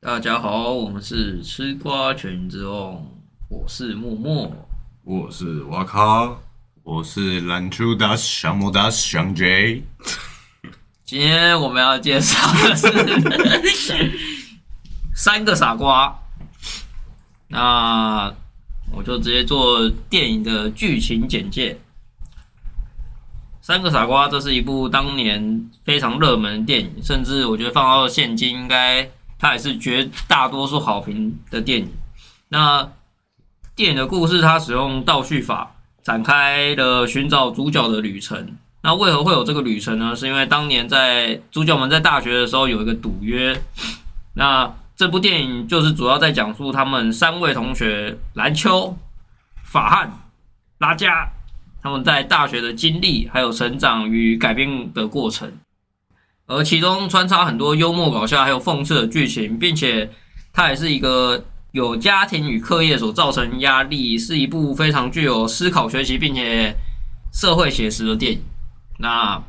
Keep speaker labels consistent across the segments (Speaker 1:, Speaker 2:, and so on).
Speaker 1: 大家好，我们是吃瓜群众，我是默默。
Speaker 2: 我是瓦卡，
Speaker 3: 我是蓝猪达斯降魔达斯降 J，
Speaker 1: 今天我们要介绍的是三个傻瓜。那我就直接做电影的剧情简介。《三个傻瓜》这是一部当年非常热门的电影，甚至我觉得放到现今，应该它也是绝大多数好评的电影。那电影的故事，它使用倒叙法展开了寻找主角的旅程。那为何会有这个旅程呢？是因为当年在主角们在大学的时候有一个赌约，那这部电影就是主要在讲述他们三位同学蓝秋、法汉、拉加他们在大学的经历，还有成长与改变的过程，而其中穿插很多幽默搞笑还有讽刺的剧情，并且它也是一个有家庭与课业所造成压力，是一部非常具有思考学习并且社会写实的电影。那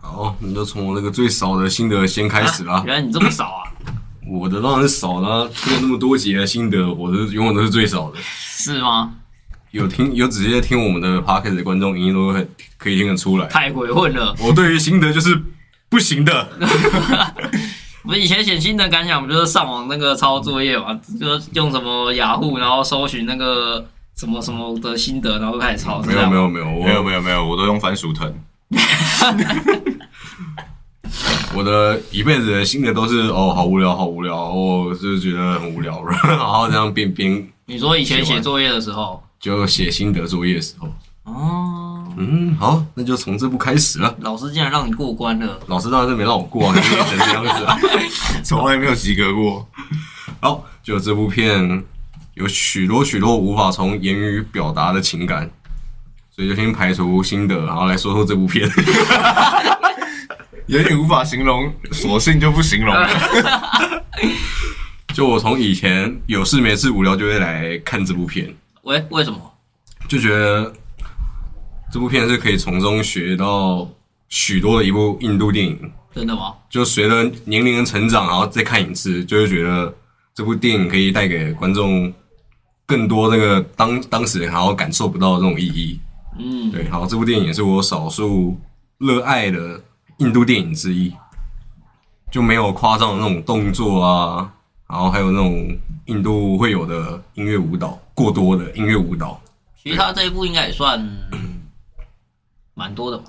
Speaker 2: 好，你就从我那个最少的心得先开始啦。
Speaker 1: 原来你这么少啊？
Speaker 2: 我的当然是少啦，听了那么多节的心得，我的永远都是最少的。
Speaker 1: 是吗？
Speaker 2: 有听有直接听我们的 podcast 的观众，一定都很可以听得 出来。
Speaker 1: 太鬼混了！
Speaker 2: 我对于心得就是不行的，
Speaker 1: 我们以前写新的感想，不就是上网那个抄作业嘛，就是用什么雅虎，然后搜寻那个什么什么的心得，然后就开始抄。
Speaker 2: 没有没有没有，我
Speaker 3: 没有没有没有，我都用番薯藤。
Speaker 2: 我的一辈子的心得都是哦，好无聊，好无聊，我就是觉得很无聊， 然后这样边边
Speaker 1: 你说以前写作业的时候，
Speaker 2: 就写心得作业的时候，
Speaker 1: 哦，
Speaker 2: 嗯，好，那就从这步开始了。
Speaker 1: 老师竟然让你过关了，
Speaker 2: 老师当然是没让我过啊，你变成这样子啊。
Speaker 3: 从来没有及格过。
Speaker 2: 好，就这部片有许多许多无法从言语表达的情感，所以就先排除心得，然后来说说这部片。
Speaker 3: 有点无法形容，索性就不形容了。
Speaker 2: 就我从以前有事没事无聊就会来看这部片，
Speaker 1: 喂，为什么？
Speaker 2: 就觉得这部片是可以从中学到许多的一部印度电影。
Speaker 1: 真的吗？
Speaker 2: 就随着年龄的成长，然后再看一次，就会觉得这部电影可以带给观众更多那个当当时然后感受不到的这种意义。
Speaker 1: 嗯，
Speaker 2: 对，然后这部电影也是我少数热爱的印度电影之一，就没有夸张的那种动作啊，然后还有那种印度会有的音乐舞蹈，过多的音乐舞蹈。
Speaker 1: 其实他这一部应该也算蛮多的吧。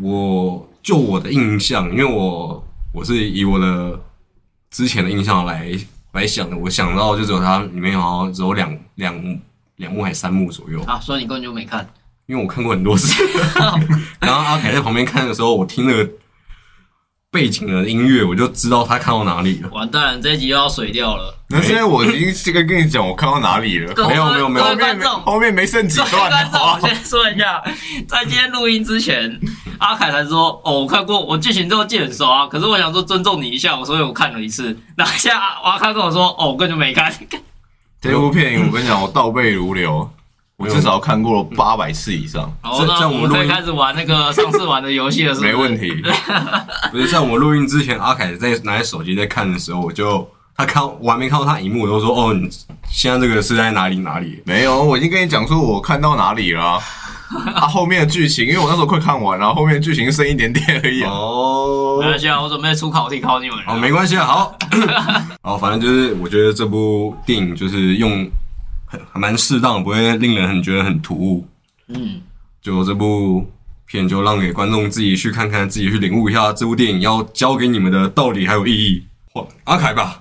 Speaker 2: 我就我的印象，因为我我是以我的之前的印象来来想的，我想到就只有它里面好像只有两两幕两幕还是三幕左右，
Speaker 1: 啊，所以你根本就没看。
Speaker 2: 因为我看过很多次。然后阿凯在旁边看的时候，我听那个背景的音乐，我就知道他看到哪里了。
Speaker 1: 完蛋了，这一集又要水掉了。
Speaker 3: 那现在我已经这个跟你讲，我看到哪 里了？
Speaker 1: 各位
Speaker 2: 没有没有没有
Speaker 1: 各
Speaker 3: 后
Speaker 1: 位
Speaker 3: 面
Speaker 1: 观
Speaker 3: 没
Speaker 1: 众，
Speaker 3: 后面没剩几
Speaker 1: 各位
Speaker 3: 段
Speaker 1: 观众，我
Speaker 3: 了。
Speaker 1: 先说一下，在今天录音之前，阿凯才说：“哦，我看过，我剧情都记得很熟啊。可是我想说尊重你一下，我所以我看了一次。”然后现在阿阿凯跟我说：“哦，我根本就没 看。
Speaker 3: 这部片我跟你讲，我倒背如流，我至少看过八百次以上”，
Speaker 1: 好，那
Speaker 2: 在
Speaker 1: 我
Speaker 2: 我
Speaker 1: 们可
Speaker 2: 们录
Speaker 1: 以
Speaker 2: 音
Speaker 1: 开始玩那个上次玩的游戏了，是不是？
Speaker 3: 没问。题。
Speaker 2: 不是在我们录音之前，阿凯在拿着手机在看的时候，我就他看我还没看到他荧幕，我都说哦，你现在这个是在哪里哪里？
Speaker 3: 没有，我已经跟你讲说我看到哪里了啊。啊，后面的剧情，因为我那时候快看完了，后面的剧情剩一点点而已啊。
Speaker 2: 哦
Speaker 1: 没关系啊，我准备出考题考你们了。
Speaker 2: 哦，没关系啊，好，好，反正就是我觉得这部电影就是用很还蛮适当，不会令人很觉得很突兀。
Speaker 1: 嗯，
Speaker 2: 就这部片就让给观众自己去看看，自己去领悟一下这部电影要教给你们的道理还有意义。换阿凯吧，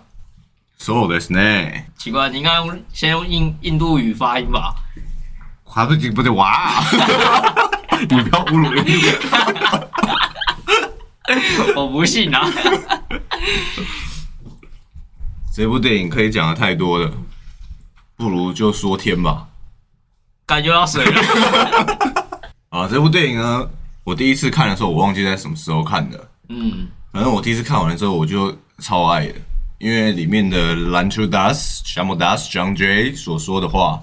Speaker 3: そうですね。
Speaker 1: 奇怪，你应该用先用印印度语发音吧？
Speaker 3: 还不不对，哇！
Speaker 2: 你不要侮辱人。
Speaker 1: 我不信啊。
Speaker 3: 这部电影可以讲的太多了，不如就说天吧。
Speaker 1: 感觉要水了。
Speaker 3: 啊，这部电影呢，我第一次看的时候，我忘记在什么时候看的。
Speaker 1: 嗯，
Speaker 3: 反正我第一次看完了之后，我就超爱的，因为里面的蓝丘 Das、夏姆 Das、John J 所说的话，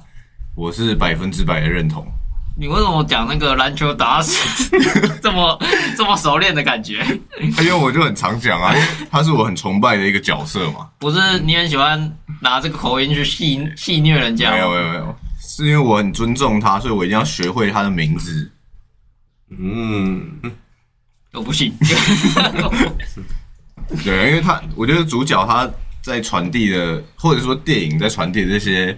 Speaker 3: 我是百分之百的认同。
Speaker 1: 你为什么讲那个篮球打死 这么这么熟练的感觉？
Speaker 3: 因为哎我就很常讲啊，因为他是我很崇拜的一个角色嘛。
Speaker 1: 不是你很喜欢拿这个口音去戏戏虐人家吗？
Speaker 3: 没有没有没有，是因为我很尊重他，所以我一定要学会他的名字。
Speaker 2: 嗯，
Speaker 1: 我不信。
Speaker 3: 对，因为他，我觉得主角他在传递的，或者说电影在传递的这些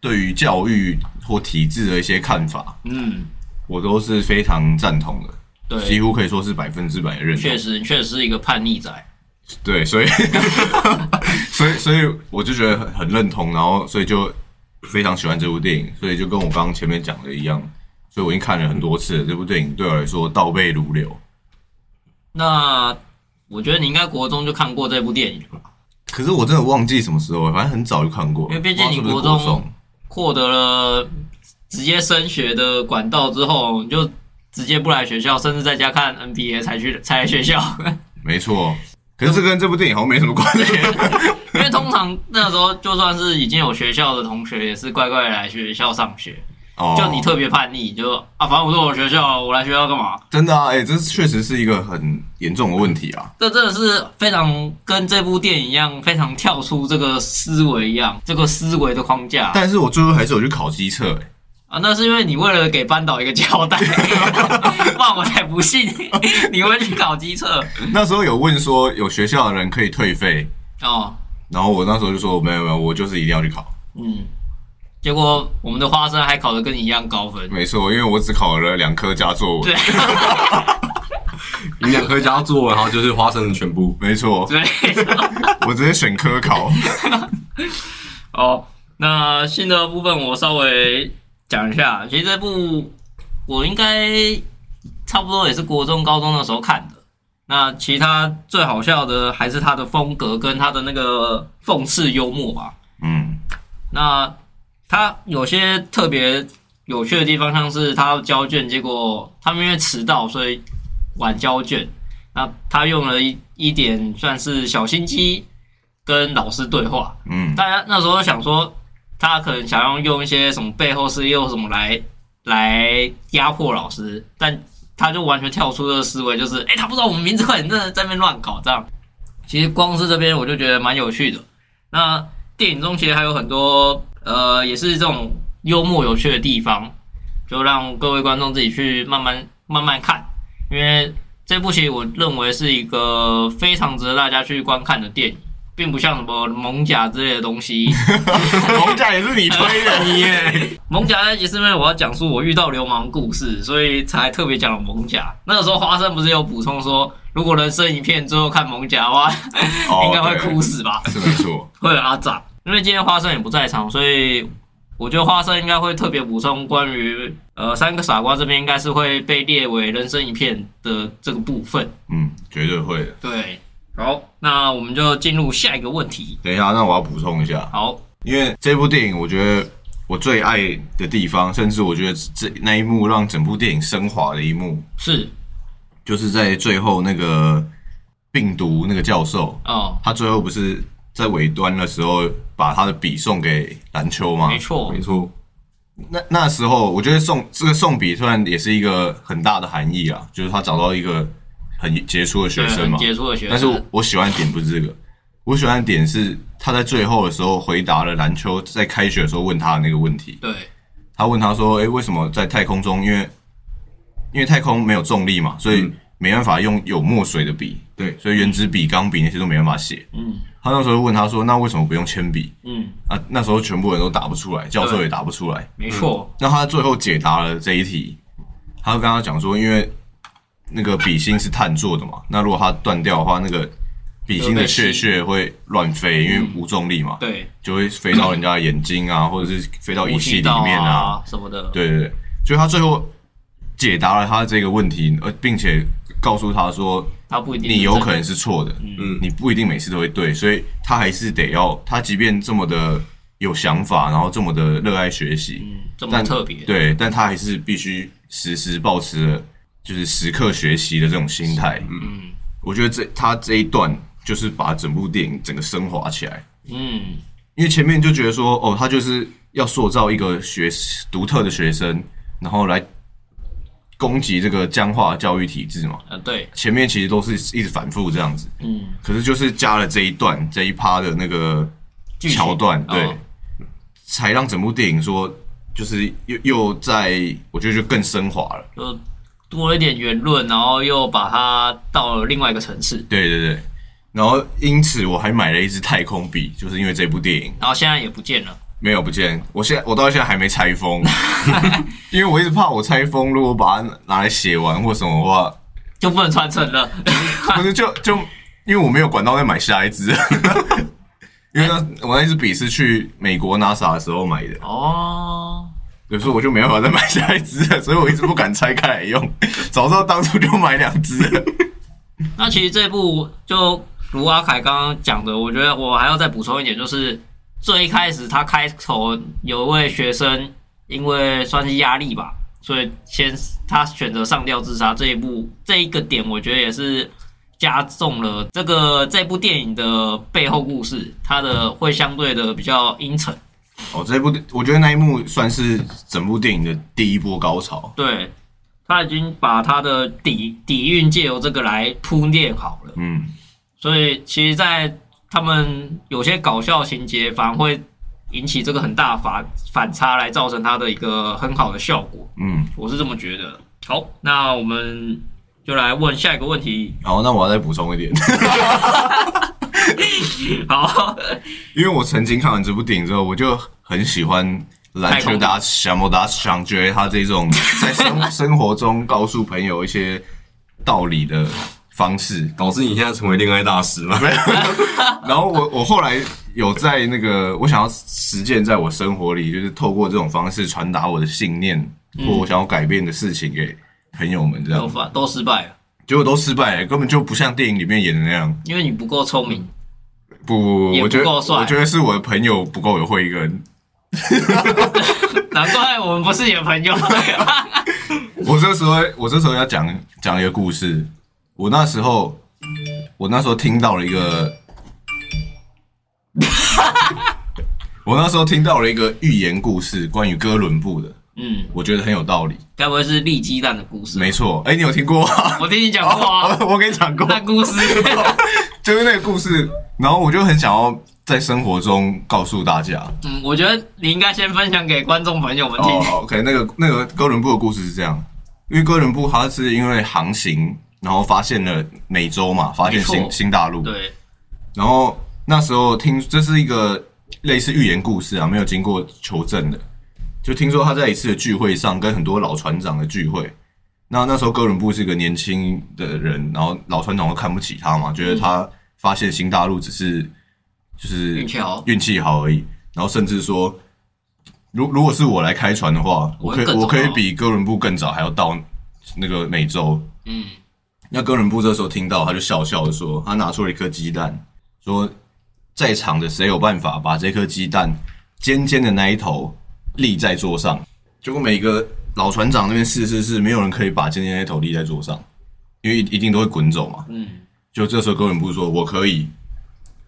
Speaker 3: 对于教育或体制的一些看法，
Speaker 1: 嗯，
Speaker 3: 我都是非常赞同的，几
Speaker 1: 对，
Speaker 3: 乎可以说是百分之百的认
Speaker 1: 确
Speaker 3: 同。
Speaker 1: 实，你确实是一个叛逆仔。
Speaker 3: 对，所以， 所以，所以我就觉得很很认同，然后所以就非常喜欢这部电影，所以就跟我刚刚前面讲的一样，所以我已经看了很多次了。这部电影对我来说倒背如流。
Speaker 1: 那我觉得你应该国中就看过这部电影了吧，
Speaker 3: 可是我真的忘记什么时候了，反正很早就看过了。
Speaker 1: 因为毕竟你
Speaker 3: 不知
Speaker 1: 国
Speaker 3: 道是不是
Speaker 1: 中获得了直接升学的管道之后，你就直接不来学校，甚至在家看 NBA 才去才来学校。
Speaker 3: 没错。可是这跟这部电影好像没什么关系。
Speaker 1: 因为通常那时候就算是已经有学校的同学，也是乖乖来学校上学。
Speaker 3: 哦
Speaker 1: 就你特别叛逆，就啊，反正我都有学校，我来学校干嘛？
Speaker 3: 真的啊，哎、这确实是一个很严重的问题啊。
Speaker 1: 这真的是非常跟这部电影一样，非常跳出这个思维一样，这个思维的框架
Speaker 3: 但是我最后还是有去考机测、哎，
Speaker 1: 啊。那是因为你为了给班导一个交代，不然我才不信你会去搞机测
Speaker 3: 那时候有问说有学校的人可以退费，
Speaker 1: 哦。
Speaker 3: 然后我那时候就说没有没有，我就是一定要去考。
Speaker 1: 嗯，结果我们的花生还考得跟你一样高分，
Speaker 3: 没错，因为我只考了两科加作文。
Speaker 1: 对
Speaker 2: 你两科加作文，然后就是花生的全部。
Speaker 3: 没 错，
Speaker 1: 对
Speaker 3: 我直接选科考。
Speaker 1: 哦，那新的部分我稍微讲一下。其实这部我应该差不多也是国中、高中的时候看的。那其他最好笑的还是他的风格跟他的那个讽刺幽默吧。
Speaker 3: 嗯，
Speaker 1: 那他有些特别有趣的地方，像是他要交卷，结果他们因为迟到，所以晚交卷。那他用了一一点算是小心机跟老师对话，
Speaker 3: 嗯，
Speaker 1: 大家那时候想说，他可能想要用一些什么背后是又什么来来压迫老师，但他就完全跳出这个思维，就是哎、诶他不知道我们名字，快点在在那边乱搞这样。其实光是这边我就觉得蛮有趣的。那电影中其实还有很多呃，也是这种幽默有趣的地方，就让各位观众自己去慢慢慢慢看，因为这部其实我认为是一个非常值得大家去观看的电影。并不像什么蒙甲之类的东西，
Speaker 3: 龙甲也是你推的，你耶。
Speaker 1: 蒙甲那集是因为我要讲述我遇到流氓的故事，所以才特别讲了蒙甲。那个时候花生不是有补充说，如果人生一片，最后看蒙甲的话， 应该会哭死吧，
Speaker 3: 哦对，是没错。
Speaker 1: 会有阿长。因为今天花生也不在场，所以我觉得花生应该会特别补充关于呃三个傻瓜这边应该是会被列为人生一片的这个部分。
Speaker 3: 嗯，绝对会的。
Speaker 1: 对，好，那我们就进入下一个问题。
Speaker 3: 等一下，那我要补充一下，
Speaker 1: 好，
Speaker 3: 因为这部电影我觉得我最爱的地方，甚至我觉得这那一幕让整部电影升华的一幕，
Speaker 1: 是
Speaker 3: 就是在最后那个病毒那个教授，
Speaker 1: 哦，
Speaker 3: 他最后不是在尾端的时候把他的笔送给篮球吗
Speaker 1: 没？错
Speaker 2: 哦没，错，
Speaker 3: 那那时候，我觉得送这个送笔虽然也是一个很大的含义啊，就是他找到一个很杰出的学
Speaker 1: 对，啊
Speaker 3: 生嘛。
Speaker 1: 杰出的学生，
Speaker 3: 但是我我喜欢的点不是这个，我喜欢的点是他在最后的时候回答了篮球在开学的时候问他的那个问题。
Speaker 1: 对。
Speaker 3: 他问他说：“诶、为什么在太空中？因为因为太空没有重力嘛，所以
Speaker 2: 嗯
Speaker 3: 没办法用有墨水的笔，
Speaker 2: 对，
Speaker 3: 所以原子笔、钢笔那些都没办法写。
Speaker 1: 嗯
Speaker 3: 他那时候就问他说：‘那为什么不用铅笔？’
Speaker 1: 嗯，
Speaker 3: 啊，那时候全部人都答不出来，教授
Speaker 1: 对
Speaker 3: 也答不出来。
Speaker 1: 没错，
Speaker 3: 那他最后解答了这一题，他就跟他讲说，因为那个笔芯是碳做的嘛，那如果它断掉的话，那个笔芯的血血会乱
Speaker 1: 嗯
Speaker 3: 飞，因为无重力嘛，
Speaker 1: 对，
Speaker 3: 就会飞到人家的眼睛啊，或者是飞到
Speaker 1: 嗯
Speaker 3: 仪
Speaker 1: 呼
Speaker 3: 器
Speaker 1: 吸
Speaker 3: 里
Speaker 1: 道
Speaker 3: 面啊。
Speaker 1: 啊什么的，
Speaker 3: 对对对，所以他最后解答了他这个问题，呃，并且告诉他说，
Speaker 1: 他不一定是
Speaker 3: 你有
Speaker 1: 真的
Speaker 3: 可能是错的，
Speaker 2: 嗯
Speaker 3: 你不一定每次都会对，所以他还是得要，他即便这么的有想法，然后这么的热爱学习，
Speaker 1: 嗯这么
Speaker 3: 但
Speaker 1: 特别，
Speaker 3: 对，但他还是必须时时保持了就是时刻学习的这种心态。
Speaker 1: 嗯
Speaker 3: 我觉得这他这一段就是把整部电影整个升华起来，
Speaker 1: 嗯
Speaker 3: 因为前面就觉得说，哦，他就是要塑造一个学独特的学生，然后来攻击这个僵化的教育体制嘛。
Speaker 1: 呃，对，
Speaker 3: 前面其实都是一直反复这样子，
Speaker 1: 嗯，
Speaker 3: 可是就是加了这一段这一趴的那个
Speaker 1: 剧情
Speaker 3: 桥段，对，
Speaker 1: 哦
Speaker 3: 嗯才让整部电影说就是又又在我觉得就更升华了。
Speaker 1: 就多了一点圆润，然后又把它到了另外一个层次，
Speaker 3: 对对对，然后因此我还买了一支太空笔，就是因为这部电影
Speaker 1: 然后现在也不见了，
Speaker 3: 没有不见，我现在我到现在还没拆 封，因为我一直怕我拆封，如果把它拿来写完或什么的话，
Speaker 1: 就不能传承了。
Speaker 3: 不是就 就因为我没有管道再买下一支， 因为那我那一支笔是去美国 NASA 的时候买的，
Speaker 1: 哦，
Speaker 3: 有时候我就没办法再买下一支了，所以我一直不敢拆开来用。早知道当初就买两支了。
Speaker 1: 那其实这部就如阿凯刚刚讲的，我觉得我还要再补充一点，就是最一开始他开头有一位学生因为算是压力吧，所以先他选择上吊自杀这一部这一个点，我觉得也是加重了这个这部电影的背后故事，它的会相对的比较阴沉。
Speaker 3: 哦，这部我觉得那一幕算是整部电影的第一波高潮。
Speaker 1: 对，他已经把他的底底蕴借由这个来铺垫好了，
Speaker 3: 嗯，
Speaker 1: 所以其实，在他们有些搞笑情节反而会引起这个很大的反反差，来造成他的一个很好的效果，
Speaker 3: 嗯，
Speaker 1: 我是这么觉得。好，那我们就来问下一个问题。
Speaker 3: 好，那我要再补充一点，
Speaker 1: 好，
Speaker 3: 因为我曾经看完这部电影之后，我就很喜欢篮球达小莫达想觉他这种在生 生活中告诉朋友一些道理的方式。
Speaker 2: 导致你现在成为恋爱大师嘛？
Speaker 3: 然后我我后来有在那个，我想要实践在我生活里，就是透过这种方式传达我的信念或我想要改变的事情给朋友们，这
Speaker 1: 都
Speaker 3: 样、
Speaker 1: 发都失败了，
Speaker 3: 结果都失败了，根本就不像电影里面演的那样。
Speaker 1: 因为你不够聪明。
Speaker 3: 不不
Speaker 1: 也不
Speaker 3: 不，我觉得
Speaker 1: 够帅
Speaker 3: 我觉得是我的朋友不够有慧根，
Speaker 1: 难怪我们不是你的朋友。
Speaker 3: 我这时候，我这时候要讲讲一个故事。我那时候，我那时候听到了一个， 我那时候听到了一个寓言故事，关于哥伦布的，
Speaker 1: 嗯，
Speaker 3: 我觉得很有道理。
Speaker 1: 该不会是利鸡蛋的故事？
Speaker 3: 没错，哎、你有听过吗？
Speaker 1: 我听你讲过啊，
Speaker 3: 我跟你讲过，
Speaker 1: 那故事。
Speaker 3: 就是那个故事。然后我就很想要在生活中告诉大 家。
Speaker 1: 嗯，我觉得你应该先分享给观众朋友们听。
Speaker 3: 哦，OK，那个那个哥伦布的故事是这样，因为哥伦布他是因为航行，然后发现了美洲嘛，发现
Speaker 1: 没
Speaker 3: 新
Speaker 1: 错
Speaker 3: 新大陆，
Speaker 1: 对，
Speaker 3: 然后那时候听这是一个类似寓言故事啊，没有经过求证的，就听说他在一次的聚会上跟很多老船长的聚会。那那时候哥伦布是个年轻的人，然后老船长都看不起他嘛，觉得他发现新大陆只是就是
Speaker 1: 运气好
Speaker 3: 运气好而已。然后甚至说，如如果是我来开船的话，
Speaker 1: 我
Speaker 3: 我
Speaker 1: 会
Speaker 3: 可以
Speaker 1: 更早
Speaker 3: 我可以
Speaker 1: 到
Speaker 3: 比哥伦布更早还要到那个美洲。
Speaker 1: 嗯，
Speaker 3: 那哥伦布这时候听到，他就笑笑的说，啊他拿出了一颗鸡蛋，说在场的谁有办法把这颗鸡蛋尖尖的那一头立在桌上？结果每个老船长那边试试试，没有人可以把尖尖的那头立在桌上，因为一一定都会滚走嘛。
Speaker 1: 嗯，
Speaker 3: 就这时候哥伦布说：“我可以。”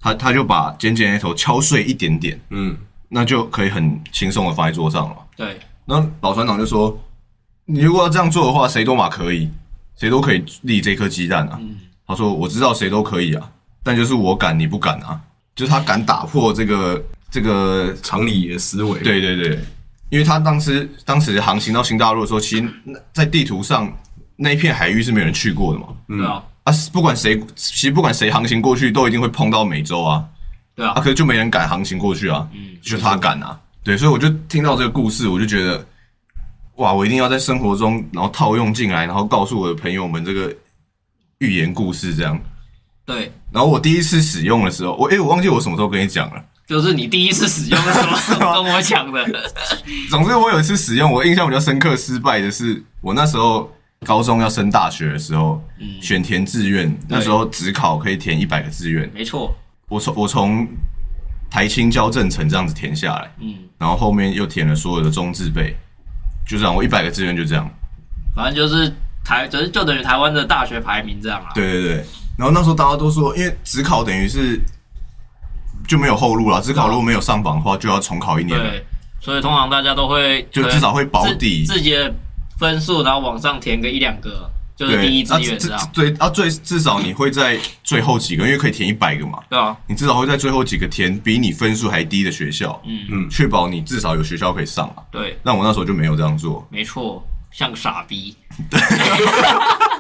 Speaker 3: 他他就把尖尖的那头敲碎一点点，
Speaker 2: 嗯，
Speaker 3: 那就可以很轻松的放在桌上了。
Speaker 1: 对，
Speaker 3: 然后老船长就说：“你如果要这样做的话，谁都嘛可以，谁都可以立这颗鸡蛋啊。他说：“我知道谁都可以啊，但就是我敢，你不敢啊。”就是他敢打破这个这个，
Speaker 2: 常理的思维，，
Speaker 3: 对对对，因为他当时当时航行到新大陆的时候，其实那在地图上那一片海域是没有人去过的嘛。
Speaker 1: 对啊，
Speaker 3: 啊，不管谁，其实不管谁航行过去，都一定会碰到美洲啊。
Speaker 1: 对
Speaker 3: 啊，
Speaker 1: 啊，
Speaker 3: 可是就没人敢航行过去啊，就他敢啊，对，所以我就听到这个故事，我就觉得，哇，我一定要在生活中，然后套用进来，然后告诉我的朋友们这个寓言故事这样。
Speaker 1: 对，
Speaker 3: 然后我第一次使用的时候，我诶、我忘记我什么时候跟你讲了。
Speaker 1: 就是你第一次使用的 时候跟我讲的，
Speaker 3: 总之，我有一次使用，我印象比较深刻失败的是，我那时候高中要升大学的时候，选填志愿，那时候只考可以填一百个志愿，
Speaker 1: 没错，
Speaker 3: 我从我从台青交政城这样子填下来，
Speaker 1: 嗯，
Speaker 3: 然后后面又填了所有的中字辈，就这样，我一百个志愿就这样。
Speaker 1: 反正就是台，就是就等于台湾的大学排名这样啦。
Speaker 3: 对对对，然后那时候大家都说，因为职考等于是就没有后路了，职考如果没有上榜的话，就要重考一年了。
Speaker 1: 对，所以通常大家都会
Speaker 3: 就
Speaker 1: 可能
Speaker 3: 至少会保底
Speaker 1: 自自己的分数，然后往上填个一两个，就是第一志愿这
Speaker 3: 对，啊
Speaker 1: 样，
Speaker 3: 最啊最至少你会在最后几个，因为可以填一百个嘛，
Speaker 1: 对啊，
Speaker 3: 你至少会在最后几个填比你分数还低的学校，
Speaker 1: 嗯
Speaker 2: 嗯
Speaker 3: 确保你至少有学校可以上啊。
Speaker 1: 对，
Speaker 3: 但我那时候就没有这样做，
Speaker 1: 没错，像个傻逼，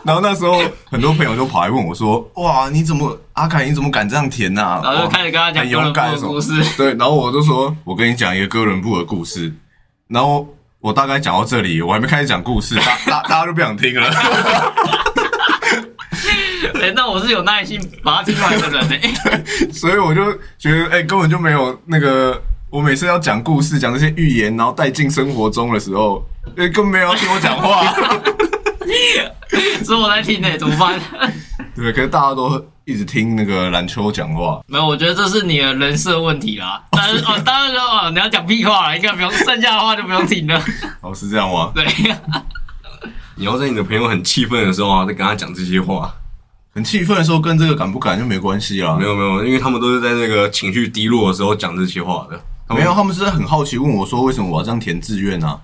Speaker 3: 然后那时候很多朋友都跑来问我说：“哇，你怎么阿凯你怎么敢这样填呐、
Speaker 1: 然后
Speaker 3: 哇
Speaker 1: 就开始跟他讲
Speaker 3: 哦
Speaker 1: 哥
Speaker 3: 很勇
Speaker 1: 伦布
Speaker 3: 敢
Speaker 1: 的
Speaker 3: 什么
Speaker 1: 故事，
Speaker 3: 对，然后我就说，我跟你讲一个哥伦布的故事，然后我大概讲到这里，我还没开始讲故事，大大大家就不想听了。
Speaker 1: 哎、那我是有耐心把它听完的人呢、
Speaker 3: 所以我就觉得，哎、根本就没有那个，我每次要讲故事、讲这些寓言，然后带进生活中的时候，哎、根本没有要听我讲话。
Speaker 1: 所以我在听呢、怎么办？
Speaker 3: 对，可是大家都一直听那个篮球讲话，
Speaker 1: 没有，我觉得这是你的人设问题啦。但是哦，当然了，哦，你要讲屁话了，应该不用，剩下的话就不用 听了。
Speaker 3: 哦，是这样吗？
Speaker 1: 对，
Speaker 2: 你要在你的朋友很气愤的时候啊，再跟他讲这些话。
Speaker 3: 很气愤的时候跟这个敢不敢就没关系啊啦
Speaker 2: 啊没。有没有，因为他们都是在那个情绪低落的时候讲这些话的。他
Speaker 3: 没
Speaker 2: 们
Speaker 3: 有，他们是很好奇问我说，为什么我要这样填志愿啊？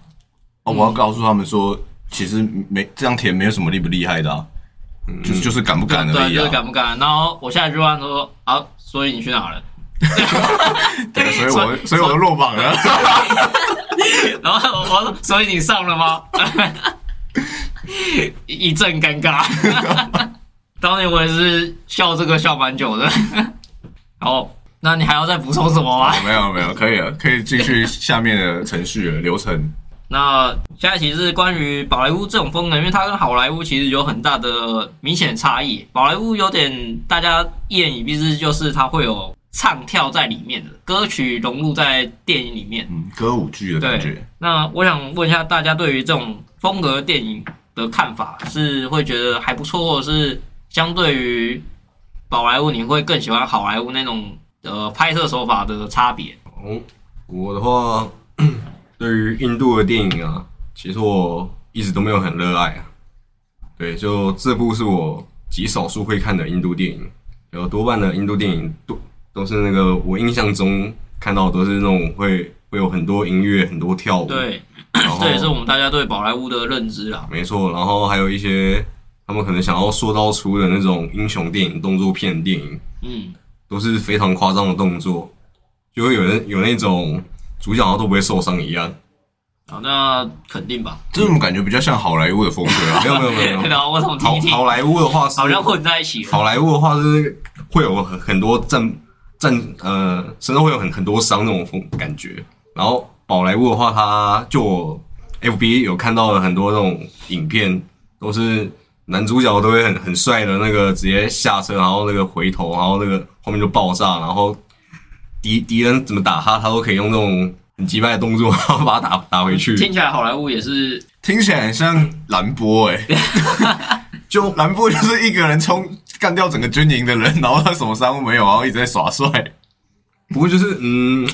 Speaker 3: 哦，我要告诉他们说，其实没这样填没有什么厉不厉害的、啊，就是就是敢不敢而
Speaker 1: 对，
Speaker 3: 已
Speaker 1: 就是
Speaker 3: 啊。
Speaker 1: 敢不敢。然后我下一句话说啊，所以你去哪了？
Speaker 3: 对，啊所以我所以我就落榜了。
Speaker 1: 然后我说，所以你上了吗？ 一阵尴 尬。当年我也是笑这个笑蛮久的。好，那你还要再补充什么吗？
Speaker 3: 没有没有，可以了，啊可以进去下面的程序了流程。
Speaker 1: 那下一题是关于宝莱坞这种风格，因为它跟好莱坞其实有很大的明显差异。宝莱坞有点大家一言以蔽之，就是它会有唱跳在里面的歌曲融入在电影里面。
Speaker 3: 嗯，歌舞剧的感
Speaker 1: 对
Speaker 3: 觉。，
Speaker 1: 那我想问一下大家对于这种风格电影的看法，是会觉得还不错，或者是相对于宝莱坞，你会更喜欢好莱坞那种呃拍摄手法的差别？
Speaker 2: 哦，我的话，对于印度的电影啊，其实我一直都没有很热爱啊。对，就这部是我极少数会看的印度电影，有多半的印度电影都都是那个我印象中看到的都是那种会会有很多音乐、很多跳舞，，
Speaker 1: 对，
Speaker 2: 然后
Speaker 1: 这也是我们大家对宝莱坞的认知啦。
Speaker 2: 没错，然后还有一些他们可能想要塑造出的那种英雄电影、动作片电影，
Speaker 1: 嗯，
Speaker 2: 都是非常夸张的动作，就会有人有那种主角好像都不会受伤一样。
Speaker 1: 好，那肯定吧。
Speaker 3: 这种感觉比较像好莱坞的风格啊
Speaker 2: 没。有没有没有没有，
Speaker 1: 然后我怎么听
Speaker 2: 好
Speaker 1: 一听，
Speaker 2: 好莱坞的话是
Speaker 1: 好像混在一起了。
Speaker 2: 好莱坞的话是会有很很多战战呃身上会有很很多伤那种风感觉，然后宝莱坞的话，它就我 FB 有看到了很多那种影片，都是男主角都会很很帅的那个直接下车，然后那个回头，然后那个后面就爆炸，然后敌敌人怎么打他，他都可以用那种很击败的动作，然 后把他打打回去。
Speaker 1: 听起来好莱坞也是
Speaker 3: 听起来很像兰波哎、就兰波就是一个人冲干掉整个军营的人，然后他什么伤都没有，然后一直在耍帅。
Speaker 2: 不过就是嗯，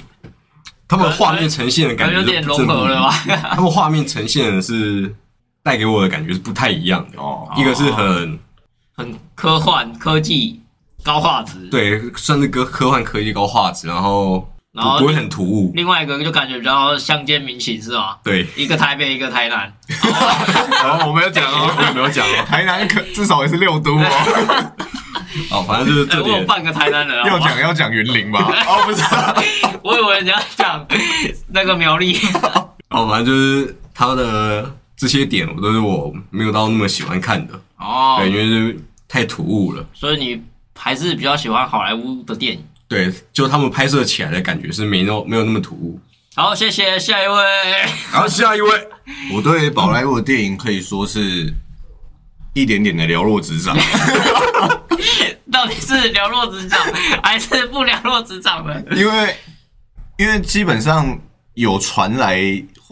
Speaker 2: 他们画面呈现的感
Speaker 1: 感
Speaker 2: 觉
Speaker 1: 觉有点
Speaker 2: 就不
Speaker 1: 融
Speaker 2: 正不
Speaker 1: 合
Speaker 2: 一
Speaker 1: 了
Speaker 2: 样
Speaker 1: 吧？
Speaker 2: 他们画面呈现的是带给我的感觉是不太一样的，
Speaker 3: 哦
Speaker 2: 一个是很
Speaker 1: 很科幻、科技、高画质。，
Speaker 2: 对，算是科科幻科技高画质，然后不
Speaker 1: 然后
Speaker 2: 不会很突兀，
Speaker 1: 另外一个就感觉比较乡间民情是吧？
Speaker 2: 对，
Speaker 1: 一个台北，一个台南。
Speaker 3: 然后我没有讲哦， 我没有讲哦，台南可至少也是六 都 哦，
Speaker 2: 哦，反正就是
Speaker 1: 哎、
Speaker 2: 这
Speaker 1: 我有
Speaker 2: 点，
Speaker 1: 半个台南人啊。
Speaker 3: 要讲要讲园林吧？ 哦，不是啊，
Speaker 1: 我以为你要讲那个苗栗。
Speaker 2: 哦，反正就是他的这些点，我都是我没有到那么喜欢看的，
Speaker 1: 哦
Speaker 2: 对，因为就是太突兀了，
Speaker 1: 所以你还是比较喜欢好莱坞的电影。
Speaker 2: 对，就他们拍摄起来的感觉是没那没有那么突兀。
Speaker 1: 好，谢谢下一位。
Speaker 2: 然后下一位，
Speaker 3: 我对宝莱坞的电影可以说是一点点的了若指 掌。
Speaker 1: 到底是了若指掌还是不了若指掌呢？
Speaker 3: 因为因为基本上有传来，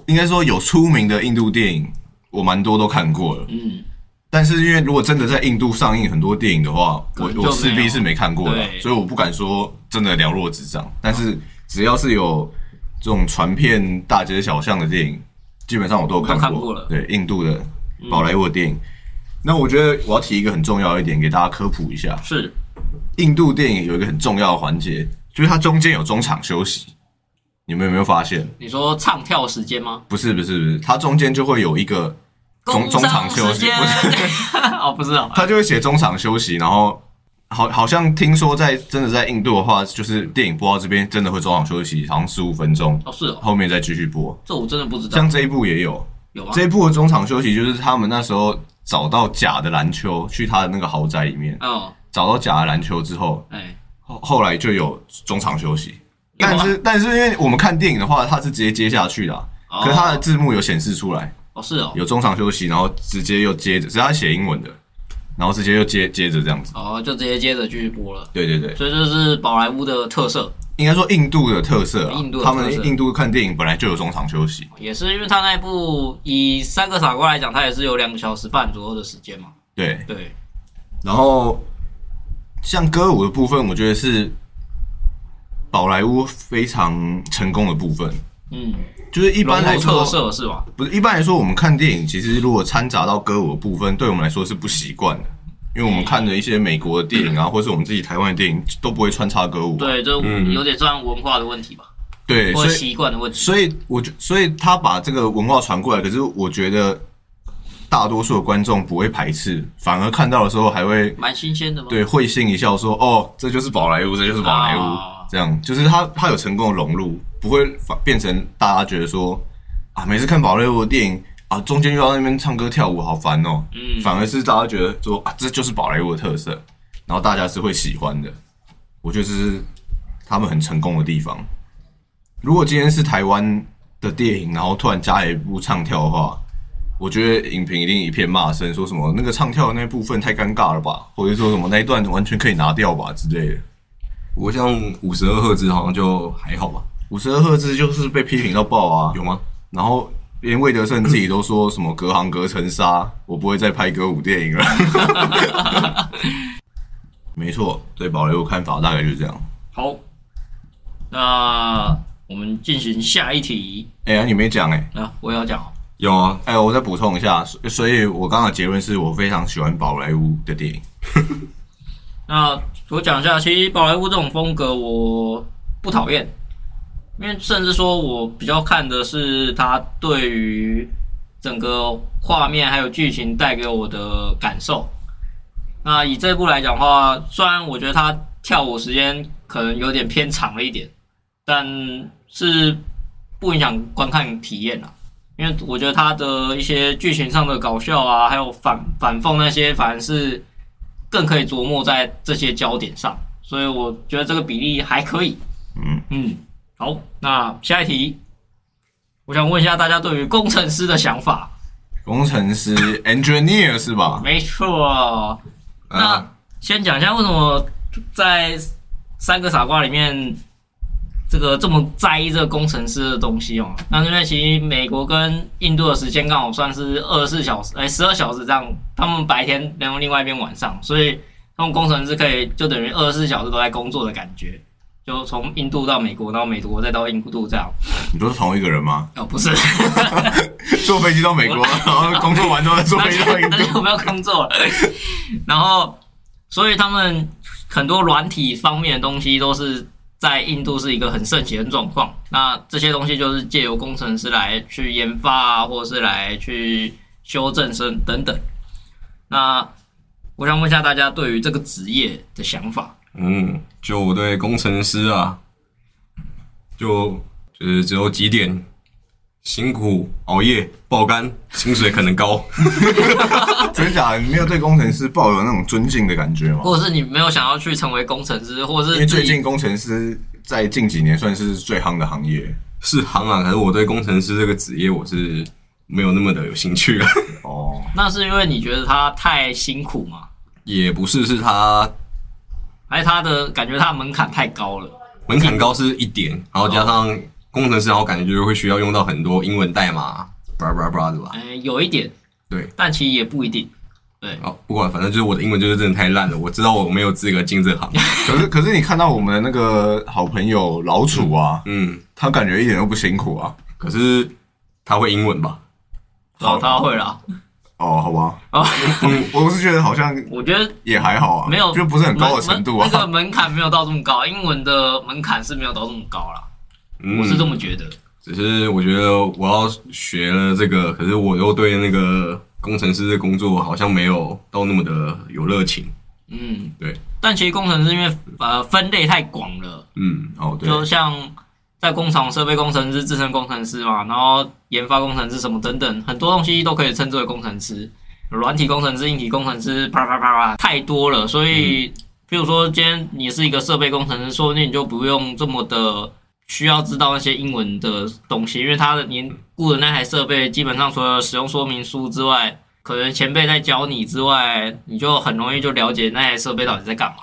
Speaker 3: 应该说有出名的印度电影，我蛮多都看过了。
Speaker 1: 嗯，
Speaker 3: 但是因为如果真的在印度上映很多电影的话，
Speaker 1: 可
Speaker 3: 我
Speaker 1: 能就没有
Speaker 3: 我势必是没看过的啊
Speaker 1: 对，
Speaker 3: 所以我不敢说真的了若指掌。但是只要是有这种传遍大街小巷的电影，基本上我都有看过。
Speaker 1: 都看过了
Speaker 3: 对，印度的宝莱坞的电影。那我觉得我要提一个很重要一点给大家科普一下，
Speaker 1: 是
Speaker 3: 印度电影有一个很重要的环节，就是它中间有中场休息。你们有没有发现？
Speaker 1: 你说唱跳时间吗？
Speaker 3: 不是不是不是，它中间就会有一个中中场休
Speaker 1: 工商时
Speaker 3: 息，
Speaker 1: 间
Speaker 3: 不是，
Speaker 1: 哦，不是哦，
Speaker 3: 他就会写中场休息，然后好好像听说在真的在印度的话，就是电影播到这边真的会中场休息，好像十五分钟，
Speaker 1: 哦是哦，
Speaker 3: 后面再继续播。
Speaker 1: 这我真的不知道
Speaker 3: 像，这一部也有，
Speaker 1: 有吗？
Speaker 3: 这一部的中场休息就是他们那时候找到假的篮球，去他的那个豪宅里面
Speaker 1: 哦，
Speaker 3: 找到假的篮球之后，
Speaker 1: 哎，
Speaker 3: 后后来就有中场休息。
Speaker 1: 有啊
Speaker 3: 但是但是因为我们看电影的话，它是直接接下去的啊、
Speaker 1: 哦
Speaker 3: 可是它的字幕有显示出来，
Speaker 1: 哦是哦，
Speaker 3: 有中场休息，然后直接又接着，只是它写英文的，然后直接又接接着这样子。
Speaker 1: 哦就直接接着继续播了，
Speaker 3: 对对对，
Speaker 1: 所以这是宝莱坞的特色，
Speaker 3: 应该说印度的特色啊，
Speaker 1: 印度的
Speaker 3: 他
Speaker 1: 特
Speaker 3: 们
Speaker 1: 色
Speaker 3: 印度看电影本来就有中场休息，
Speaker 1: 也是因为他那一部以三个傻瓜来讲，他也是有两个小时半左右的时间嘛，
Speaker 3: 对，
Speaker 1: 对，
Speaker 3: 然后像歌舞的部分，我觉得是宝莱坞非常成功的部分。
Speaker 1: 嗯，
Speaker 3: 就是一
Speaker 1: 融
Speaker 3: 般来
Speaker 1: 入特
Speaker 3: 说，
Speaker 1: 色是吧？
Speaker 3: 不是一般来说，我们看电影其实如果掺杂到歌舞的部分，对我们来说是不习惯的，因为我们看的一些美国的电影啊，或是我们自己台湾的电影都不会穿插歌舞啊、
Speaker 1: 对，这
Speaker 2: 嗯
Speaker 1: 有点算文化的问题吧，
Speaker 3: 对，
Speaker 1: 或
Speaker 3: 所
Speaker 1: 者
Speaker 3: 以
Speaker 1: 习惯的问题。
Speaker 3: 所以我觉，所以他把这个文化传过来，可是我觉得大多数的观众不会排斥，反而看到的时候还会
Speaker 1: 蛮新鲜的嘛。
Speaker 3: 对会心一笑说，哦，这就是宝莱坞，这就是宝莱坞，
Speaker 1: 啊
Speaker 3: 这样就是他他有成功的融入，不会反变成大家觉得说啊，每次看宝莱坞的电影啊，中间又要在那边唱歌跳舞，好烦哦。
Speaker 1: 嗯
Speaker 3: 反而是大家觉得说啊，这就是宝莱坞的特色，然后大家是会喜欢的。我觉得这是他们很成功的地方。如果今天是台湾的电影，然后突然加了一部唱跳的话，我觉得影评一定一片骂声，说什么那个唱跳的那部分太尴尬了吧，或者说什么那一段完全可以拿掉吧之类的。
Speaker 2: 我像五十二赫兹好像就还好吧？
Speaker 3: 五十二赫兹就是被批评到爆啊，
Speaker 2: 有吗？
Speaker 3: 然后连魏德胜自己都说什么隔行隔层纱，我不会再拍歌舞电影了。 没错，对保留我看法大概就是这样。
Speaker 1: 好，那我们进行下一题
Speaker 3: 哎、呀，你没讲哎、
Speaker 1: 啊，我也要讲哦。
Speaker 2: 有啊，
Speaker 3: 哎、我再补充一下，所所以我刚刚的结论是我非常喜欢宝莱坞的电影。
Speaker 1: 那我讲一下，其实宝莱坞这种风格我不讨厌，因为甚至说我比较看的是它对于整个画面还有剧情带给我的感受。那以这部来讲的话，虽然我觉得它跳舞时间可能有点偏长了一点，但是不影响观看体验啦。因为我觉得它的一些剧情上的搞笑啊，还有反反讽那些，反而是更可以琢磨在这些焦点上，所以我觉得这个比例还可以。
Speaker 3: 嗯
Speaker 1: 嗯，好，那下一题，我想问一下大家对于工程师的想法。
Speaker 3: 工程师 engineer 是吧？
Speaker 1: 没错，那
Speaker 2: 啊，
Speaker 1: 先讲一下为什么在《三个傻瓜》里面这个这么在意这个工程师的东西哦。那因为其实美国跟印度的时间刚好算是二十四小时，哎，十二小时这样，他们白天，然后另外一边晚上，所以他们工程师可以就等于二十四小时都在工作的感觉。就从印度到美国，然后美国再到印度这样。
Speaker 3: 你都是同一个人吗？
Speaker 1: 哦，不是，
Speaker 3: 坐飞机到美国，然后工作完之后再坐
Speaker 1: 那
Speaker 3: 飞机到
Speaker 1: 就
Speaker 3: 印度
Speaker 1: 那。就没有工作了。 然后，所以他们很多软体方面的东西都是在印度是一个很盛行的状况。那这些东西就是借由工程师来去研发啊，或者是来去修正生等等。那我想问一下大家对于这个职业的想法。
Speaker 2: 嗯，就我对工程师啊，就就是只有几点，辛苦熬夜爆肝，薪水可能高。
Speaker 3: 真的假的？你没有对工程师抱有那种尊敬的感觉吗？
Speaker 1: 或者是你没有想要去成为工程师，或者
Speaker 3: 因
Speaker 1: 是
Speaker 3: 为最
Speaker 1: 自己
Speaker 3: 近工程师在近几年算是最夯的行业
Speaker 2: 是行啊，可是我对工程师这个职业我是没有那么的有兴趣啊。
Speaker 3: 哦。
Speaker 1: 那是因为你觉得他太辛苦吗？
Speaker 2: 也不是，是他
Speaker 1: 还是他的感觉他的门槛太高了？
Speaker 2: 门槛高是一点，然后加上工程师，然后感觉就是会需要用到很多英文代码，巴拉巴拉巴拉的吧。
Speaker 1: 嗯、有一点，
Speaker 2: 对，
Speaker 1: 但其实也不一定。
Speaker 2: 哦，不管，反正就是我的英文就是真的太烂了，我知道我没有资格进这行。
Speaker 3: 可是可是你看到我们的那个好朋友老楚啊，
Speaker 2: 嗯，
Speaker 3: 他感觉一点都不辛苦啊。
Speaker 2: 可是他会英文吧？
Speaker 1: 哦，他会啦。
Speaker 3: 哦，好吧，
Speaker 1: 哦，
Speaker 3: 嗯， 我是觉得好像
Speaker 1: 我觉得
Speaker 3: 也还好啊，
Speaker 1: 没有，
Speaker 3: 就不是很高的
Speaker 1: 门
Speaker 3: 程度啊
Speaker 1: 门。那个门槛没有到这么高，英文的门槛是没有到这么高啦。
Speaker 2: 嗯
Speaker 1: 我是这么觉得。
Speaker 2: 只是我觉得我要学了这个，可是我又对那个工程师的工作好像没有到那么的有热情。
Speaker 1: 嗯，
Speaker 2: 对。
Speaker 1: 但其实工程师因为呃分类太广了，
Speaker 2: 嗯，
Speaker 3: 哦，对，
Speaker 1: 就像在工厂设备工程师、制程工程师嘛，然后呃研发工程师什么等等，很多东西都可以称之为工程师。有软体工程师、硬体工程师，啪啪啪啪，太多了。所以，譬如说今天你是一个设备工程师，说不定你就不用这么的需要知道那些英文的东西，因为他的您雇的那台设备，基本上除了使用说明书之外，可能前辈在教你之外，你就很容易就了解那台设备到底在干嘛。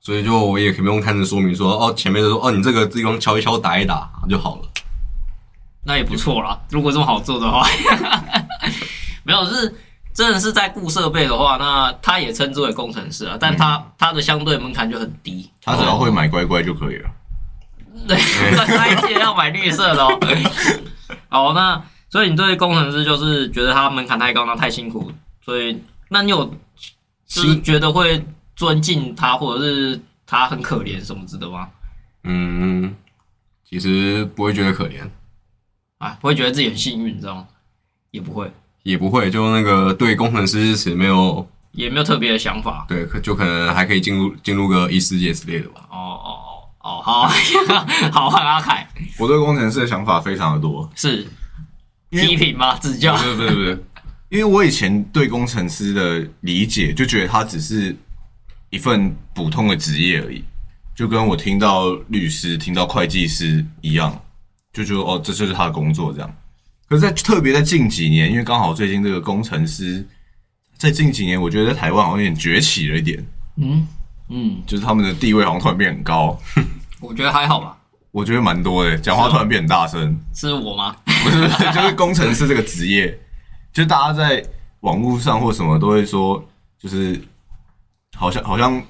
Speaker 2: 所以就我也可以不用看着说明说，哦，前面就说，哦，你这个地方敲一敲，打一打就好了。
Speaker 1: 那也不错啦。如果这么好做的话， 没有是真的是在雇设备的话，那他也称之为工程师啊，但他、他的相对门槛就很低。
Speaker 3: 他只要会买乖乖就可以了。
Speaker 1: 对， 但他一定要买绿色的哦。 好，那所以你对工程师就是觉得他门槛太高，那太辛苦，所以那你有就是
Speaker 2: 心，
Speaker 1: 觉得会尊敬他，或者是他很可怜什么之类的吗？
Speaker 2: 嗯，其实不会觉得可怜，
Speaker 1: 啊，不会觉得自己很幸运，你知道吗？也不会，
Speaker 2: 也不会，就那个对工程师是没有
Speaker 1: 也没有特别的想法。
Speaker 2: 对，可就可能还可以进入进入个异世界之类的吧。
Speaker 1: 哦哦哦哦，好， 好换阿凯
Speaker 3: 我对工程师的想法非常的多，
Speaker 1: 是
Speaker 3: 因为
Speaker 1: 批评吗？指教
Speaker 3: 不？是不是不是，因为我以前对工程师的理解就觉得他只是一份普通的职业而已，就跟我听到律师、听到会计师一样，就觉得哦，这就是他的工作这样。可是在，特别在近几年，因为刚好最近这个工程师，在近几年，我觉得在台湾好像有点崛起了一点，
Speaker 1: 嗯嗯，
Speaker 3: 就是他们的地位好像突然变很高，
Speaker 1: 我觉得还好吧。
Speaker 3: 我觉得蛮多的，讲话突然变很大声。
Speaker 1: 是我吗？
Speaker 3: 不是，不是， 就是工程师这个职业，就是大家在网络上或什么都会说，就是好像好像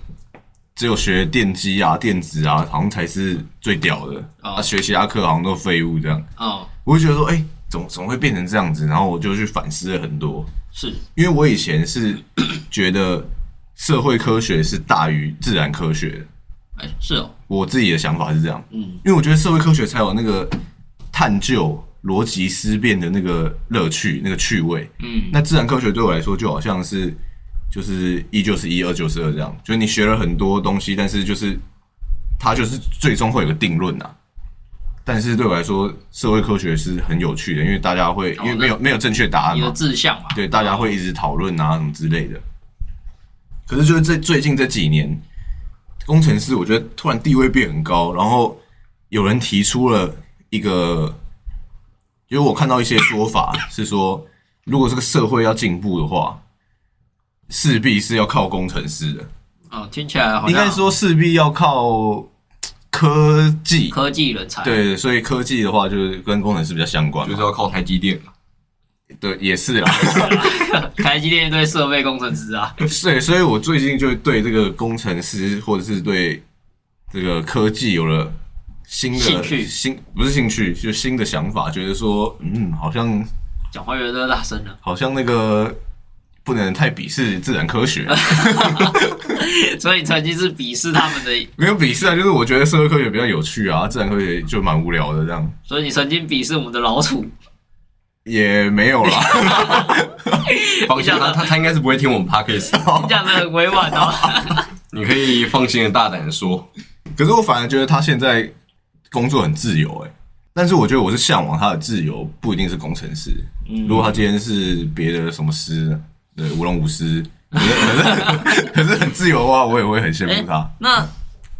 Speaker 3: 只有学电机啊、电子啊，好像才是最屌的，
Speaker 1: 哦
Speaker 3: 啊，学其他课好像都废物这样。
Speaker 1: 哦，
Speaker 3: 我就觉得说，哎、怎么怎么会变成这样子？然后我就去反思了很多，
Speaker 1: 是
Speaker 3: 因为我以前是觉得社会科学是大于自然科学的，
Speaker 1: 哎、是哦，
Speaker 3: 我自己的想法是这样。
Speaker 1: 嗯，
Speaker 3: 因为我觉得社会科学才有那个探究逻辑思辨的那个乐趣、那个趣味。
Speaker 1: 嗯，
Speaker 3: 那自然科学对我来说就好像是就是一就是一，二就是二这样，就是你学了很多东西，但是就是它就是最终会有个定论啊。但是对我来说，社会科学是很有趣的，因为大家会因为没有没有正确答案
Speaker 1: 你的
Speaker 3: 嘛，
Speaker 1: 志向嘛，
Speaker 3: 对，大家会一直讨论啊什么之类的。可是就是这最近这几年，工程师我觉得突然地位变很高，然后有人提出了一个，因为我看到一些说法是说，如果这个社会要进步的话，势必是要靠工程师的，
Speaker 1: 哦，听起来好像
Speaker 3: 应该说势必要靠科技。
Speaker 1: 科技人才，，啊
Speaker 3: 对，所以科技的话就是跟工程师比较相关
Speaker 1: 哦
Speaker 2: 就
Speaker 3: 嘛，
Speaker 2: 是要靠台积电了。
Speaker 3: 对，也是啦。
Speaker 1: 台积电一堆设备工程师啊，
Speaker 3: 对，所以我最近就对这个工程师或者是对这个科技有了新的
Speaker 1: 兴趣
Speaker 3: 新不是兴趣，就新的想法，觉得说，嗯，好像
Speaker 1: 讲话越来越大声了，
Speaker 3: 好像那个不能太鄙视自然 科学，
Speaker 1: 所以曾经是鄙视他们的，
Speaker 3: 没有鄙视啊，就是我觉得社会科学比较有趣啊，自然科学就蛮无聊的这样，
Speaker 1: 所以你曾经鄙视我们的老鼠，
Speaker 3: 也没有啦。
Speaker 2: 放心，他他他应该是不会听我们 podcast，
Speaker 1: 你讲的很委婉 哦，
Speaker 2: 你可以放心的大胆地说，
Speaker 3: 可是我反而觉得他现在工作很自由、欸，但是我觉得我是向往他的自由，不一定是工程师。
Speaker 1: 嗯
Speaker 3: 如果他今天是别的什么师，对，舞龙舞狮， 可是可是可是很自由的话，我也会很羡慕他。
Speaker 1: 哎那。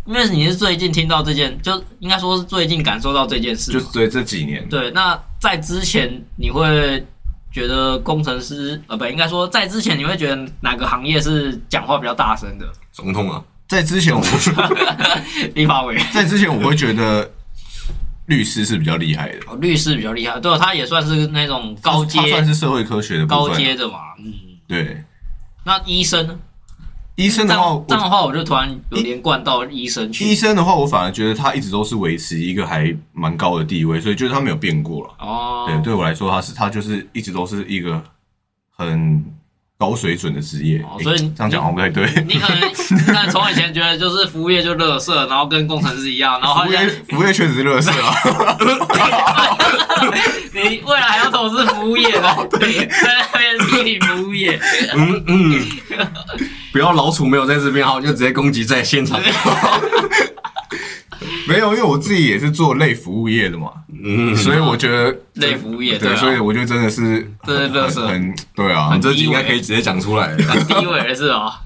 Speaker 1: 因为你是最近听到这件，就应该说是最近感受到这件事嘛，
Speaker 3: 就是对这几年，
Speaker 1: 对，那在之前你会觉得工程师呃不，应该说在之前你会觉得哪个行业是讲话比较大声的？
Speaker 2: 总统啊，
Speaker 3: 在 之前我
Speaker 1: 立法委员
Speaker 3: 在之前我会觉得律师是比较厉害的，
Speaker 1: 哦，律师比较厉害，对、哦，他也算是那种高
Speaker 3: 他算
Speaker 1: 阶
Speaker 3: 是社会科学的部
Speaker 1: 高
Speaker 3: 分。
Speaker 1: 阶的嘛，嗯。
Speaker 3: 对，
Speaker 1: 那医生呢？
Speaker 3: 医生
Speaker 1: 这
Speaker 3: 的话，
Speaker 1: 样
Speaker 3: 我
Speaker 1: 这样的话，我就突然有连贯到医生
Speaker 3: 医
Speaker 1: 去。
Speaker 3: 生的话，我反而觉得他一直都是维持一个还蛮高的地位，所以就是他没有变过了。
Speaker 1: 哦，
Speaker 3: 对，对我来说，他是他就是一直都是一个很高水准的职业
Speaker 1: 哦。
Speaker 3: 诶
Speaker 1: 所以
Speaker 3: 这样讲好像不太对。
Speaker 1: 你可 能你可能从以前觉得就是服务业就乐色，然后跟工程师一样，然后
Speaker 3: 服
Speaker 1: 哦好
Speaker 3: 务
Speaker 1: 像
Speaker 3: 业服务业确实是乐色啊，
Speaker 1: 你未来要投资服务业
Speaker 3: 哦
Speaker 1: 的，对， 在那边批评服务业，
Speaker 2: 嗯嗯，不要老楚没有在这边，好，就直接攻击在现 场。
Speaker 3: 没有，因为我自己也是做类服务业的嘛，
Speaker 2: 嗯，
Speaker 3: 所以我觉得
Speaker 1: 类服务业对
Speaker 3: 对，
Speaker 1: 啊
Speaker 3: 所以我觉得真的是
Speaker 1: 这是乐色啊
Speaker 3: 很很对啊
Speaker 2: 你，这集应该可以直接讲出来了。
Speaker 1: 很低微的是吧？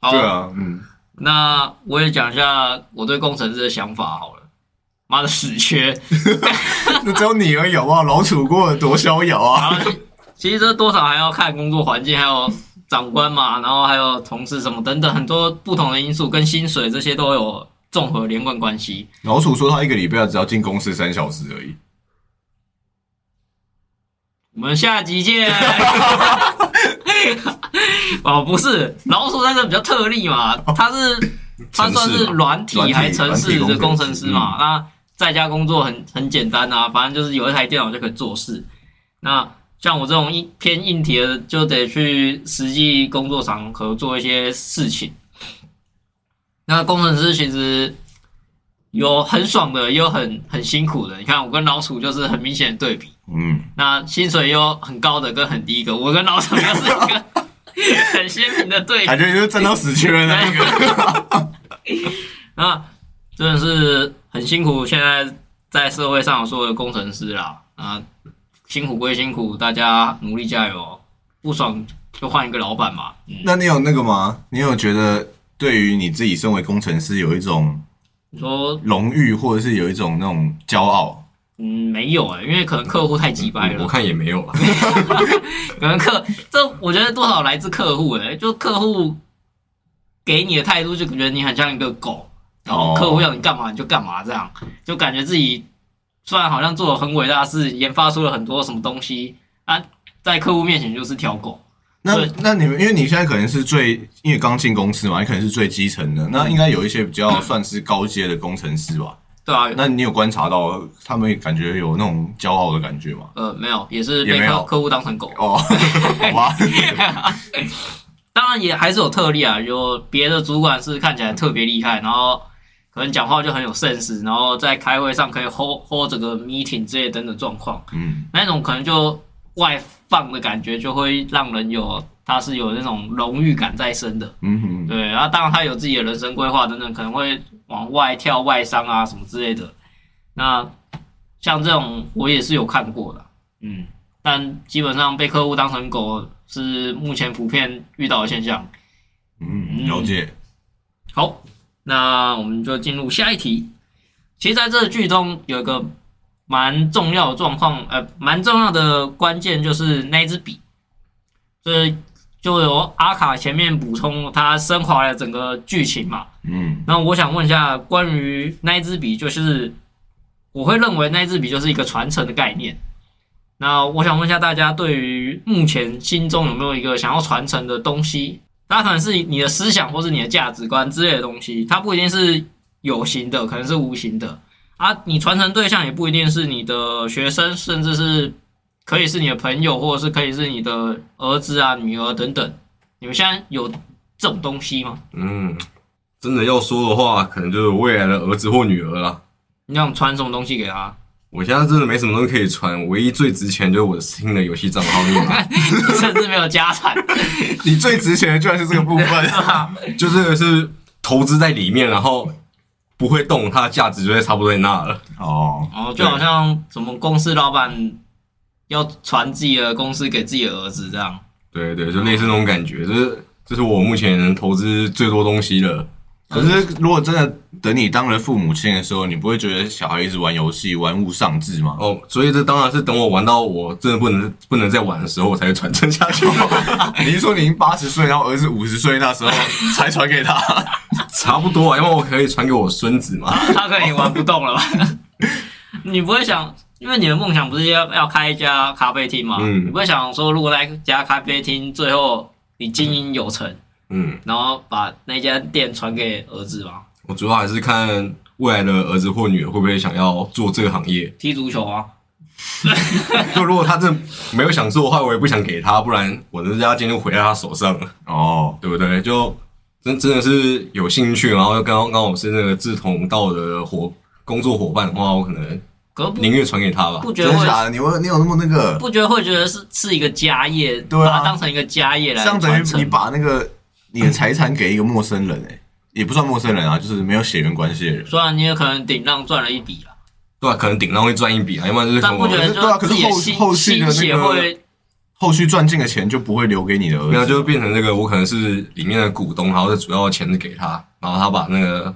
Speaker 1: 好
Speaker 3: 对啊，嗯，
Speaker 1: 那我也讲一下我对工程师的想法好了。妈的死缺！
Speaker 3: 那只有你而已好不好？老楚过得多逍遥 啊！
Speaker 1: 然后其实这多少还要看工作环境，还有长官嘛，然后还有同事什么等等很多不同的因素，跟薪水这些都有综合连贯关系。
Speaker 3: 老楚说他一个礼拜只要进公司三小时而已，
Speaker 1: 我们下集见。 哦，不是，老鼠在这比较特例嘛，它是它算是软
Speaker 3: 软
Speaker 1: 体
Speaker 3: 体
Speaker 1: 还城市
Speaker 3: 软
Speaker 1: 的
Speaker 3: 体
Speaker 1: 工
Speaker 3: 工
Speaker 1: 程
Speaker 3: 程
Speaker 1: 师嗯
Speaker 3: 师
Speaker 1: 嘛，那在家工作很很简单啊，反正就是有一台电脑就可以做事。那像我这种硬偏硬体的，就得去实际工作场合做一些事情。那工程师其实有很爽的，也有很很辛苦的。你看，我跟老鼠就是很明显的对比。
Speaker 3: 嗯，
Speaker 1: 那薪水又很高的跟很低的，我跟老总又是一个很鲜明的对比
Speaker 3: 感。觉就是站到死缺的那一 个。
Speaker 1: 那真的是很辛苦，现在在社会上所有的工程师啦，啊，辛苦归辛苦，大家努力加油，不爽就换一个老板嘛。嗯，
Speaker 3: 那你有那个吗？你有觉得对于你自己身为工程师有一种
Speaker 1: 你说
Speaker 3: 荣誉，或者是有一种那种骄傲？
Speaker 1: 嗯没有哎、因为可能客户太鸡掰
Speaker 2: 我
Speaker 1: 了，
Speaker 2: 看也没 有了。啊
Speaker 1: 可能客这我觉得多少来自客户哎、就客户给你的态度就觉得你很像一个狗，然后
Speaker 3: 哦
Speaker 1: 客户要你干嘛你就干嘛，这样就感觉自己虽然好像做了很伟大的事，研发出了很多什么东西啊，在客户面前就是条狗。
Speaker 3: 那
Speaker 1: 对
Speaker 3: 那你们，因为你现在可能是最，因为刚进公司嘛，你可能是最基层的，那应该有一些比较算是高阶的工程师吧？
Speaker 1: 对啊，
Speaker 3: 那你有观察到他们感觉有那种骄傲的感觉吗？
Speaker 1: 呃，没有，也是
Speaker 3: 也
Speaker 1: 被
Speaker 3: 没
Speaker 1: 客
Speaker 3: 有
Speaker 1: 客户当成狗。
Speaker 3: 哦，好吧，
Speaker 1: 当然也还是有特例啊，有别的主管是看起来特别厉害，然后可能讲话就很有 sense，然后在开会上可以 hold hold 整个 meeting 之类等等状况。
Speaker 3: 嗯，
Speaker 1: 那种可能就外放的感觉，就会让人有他是有那种荣誉感在身的。
Speaker 3: 嗯哼，
Speaker 1: 对，然后当然他有自己的人生规划等等，可能会往外跳外商啊什么之类的。那像这种我也是有看过的，嗯，但基本上被客户当成狗是目前普遍遇到的现象。
Speaker 3: 嗯，了解。
Speaker 1: 好，那我们就进入下一题。其实，在这个剧中有一个蛮重要的状况，呃，蛮重要的关键就是那一支笔，这就由阿卡前面补充，他升华了整个剧情嘛。
Speaker 3: 嗯，
Speaker 1: 那我想问一下，关于那一支笔，就是我会认为那一支笔就是一个传承的概念。那我想问一下大家，对于目前心中有没有一个想要传承的东西？它可能是你的思想或是你的价值观之类的东西，它不一定是有形的，可能是无形的啊。你传承对象也不一定是你的学生，甚至是可以是你的朋友，或者是可以是你的儿子啊、女儿等等。你们现在有这种东西吗？
Speaker 2: 嗯，真的要说的话，可能就是未来的儿子或女儿啦。
Speaker 1: 你想传什么东西给他？
Speaker 2: 我现在真的没什么东西可以传，唯一最值钱就是我的 Steam 的游戏账号密码，
Speaker 1: 甚至没有家产，
Speaker 3: 你最值钱的居然是这个部分，
Speaker 2: 就是是投资在里面，然后不会动，它的价值就在差不多在那了。
Speaker 3: 哦，
Speaker 1: 哦，就好像什么公司老板要传自己的公司给自己的儿子这样。
Speaker 2: 对对，就类似那种感觉，这是这是我目前能投资最多东西的。
Speaker 3: 可是如果真的等你当了父母亲的时候，你不会觉得小孩一直玩游戏玩物丧志吗？
Speaker 2: 哦，所以这当然是等我玩到我真的不能不能再玩的时候，我才会传承 下去。
Speaker 3: 哦你是说你已经八十岁，然后儿子五十岁那时候才传给他？
Speaker 2: 差不多啊，要么我可以传给我孙子嘛。
Speaker 1: 他可能也玩不动了吧？ 你不会想，因为你的梦想不是要要开一家咖啡厅吗？
Speaker 2: 嗯
Speaker 1: 你不会想说，如果那家咖啡厅最后你经营有成，
Speaker 2: 嗯，
Speaker 1: 然后把那家店传给儿子吗？
Speaker 2: 我主要还是看未来的儿子或女儿会不会想要做这个行业。
Speaker 1: 踢足球啊，
Speaker 2: 就如果他真的没有想做的话， 我也不想给他，不然我的押金就回到他手上了，
Speaker 3: 哦，
Speaker 2: 对不对？就真真的是有兴趣，然后又刚刚好是那个志同道德的伙工作伙伴的话，我可能
Speaker 1: 可不
Speaker 2: 宁愿传给他吧。
Speaker 1: 不觉得
Speaker 3: 真的
Speaker 1: 会
Speaker 3: 假的？你会你有那么那个？
Speaker 1: 不觉得会觉得是是一个家业，
Speaker 3: 对啊
Speaker 1: 把它当成一个家业来
Speaker 3: 这样等于
Speaker 1: 传承
Speaker 3: 你把那个你的财产给一个陌生人、欸，也不算陌生人啊，就是没有血缘关系的人。
Speaker 1: 虽然你也可能顶让赚了一笔啦，
Speaker 2: 对啊，可能顶上会赚一笔啊，要不然就是可
Speaker 1: 但
Speaker 2: 能
Speaker 1: 不觉
Speaker 2: 我
Speaker 1: 得
Speaker 3: 对啊
Speaker 1: 就
Speaker 3: 可
Speaker 1: 自
Speaker 3: 是
Speaker 1: 己的
Speaker 3: 后
Speaker 1: 心
Speaker 3: 后续
Speaker 1: 心
Speaker 3: 的那个
Speaker 1: 血会
Speaker 3: 后续赚进的钱就不会留给你的儿子，
Speaker 2: 没有，就变成那个我可能是里面的股东，然后这主要的钱是给他，然后他把那个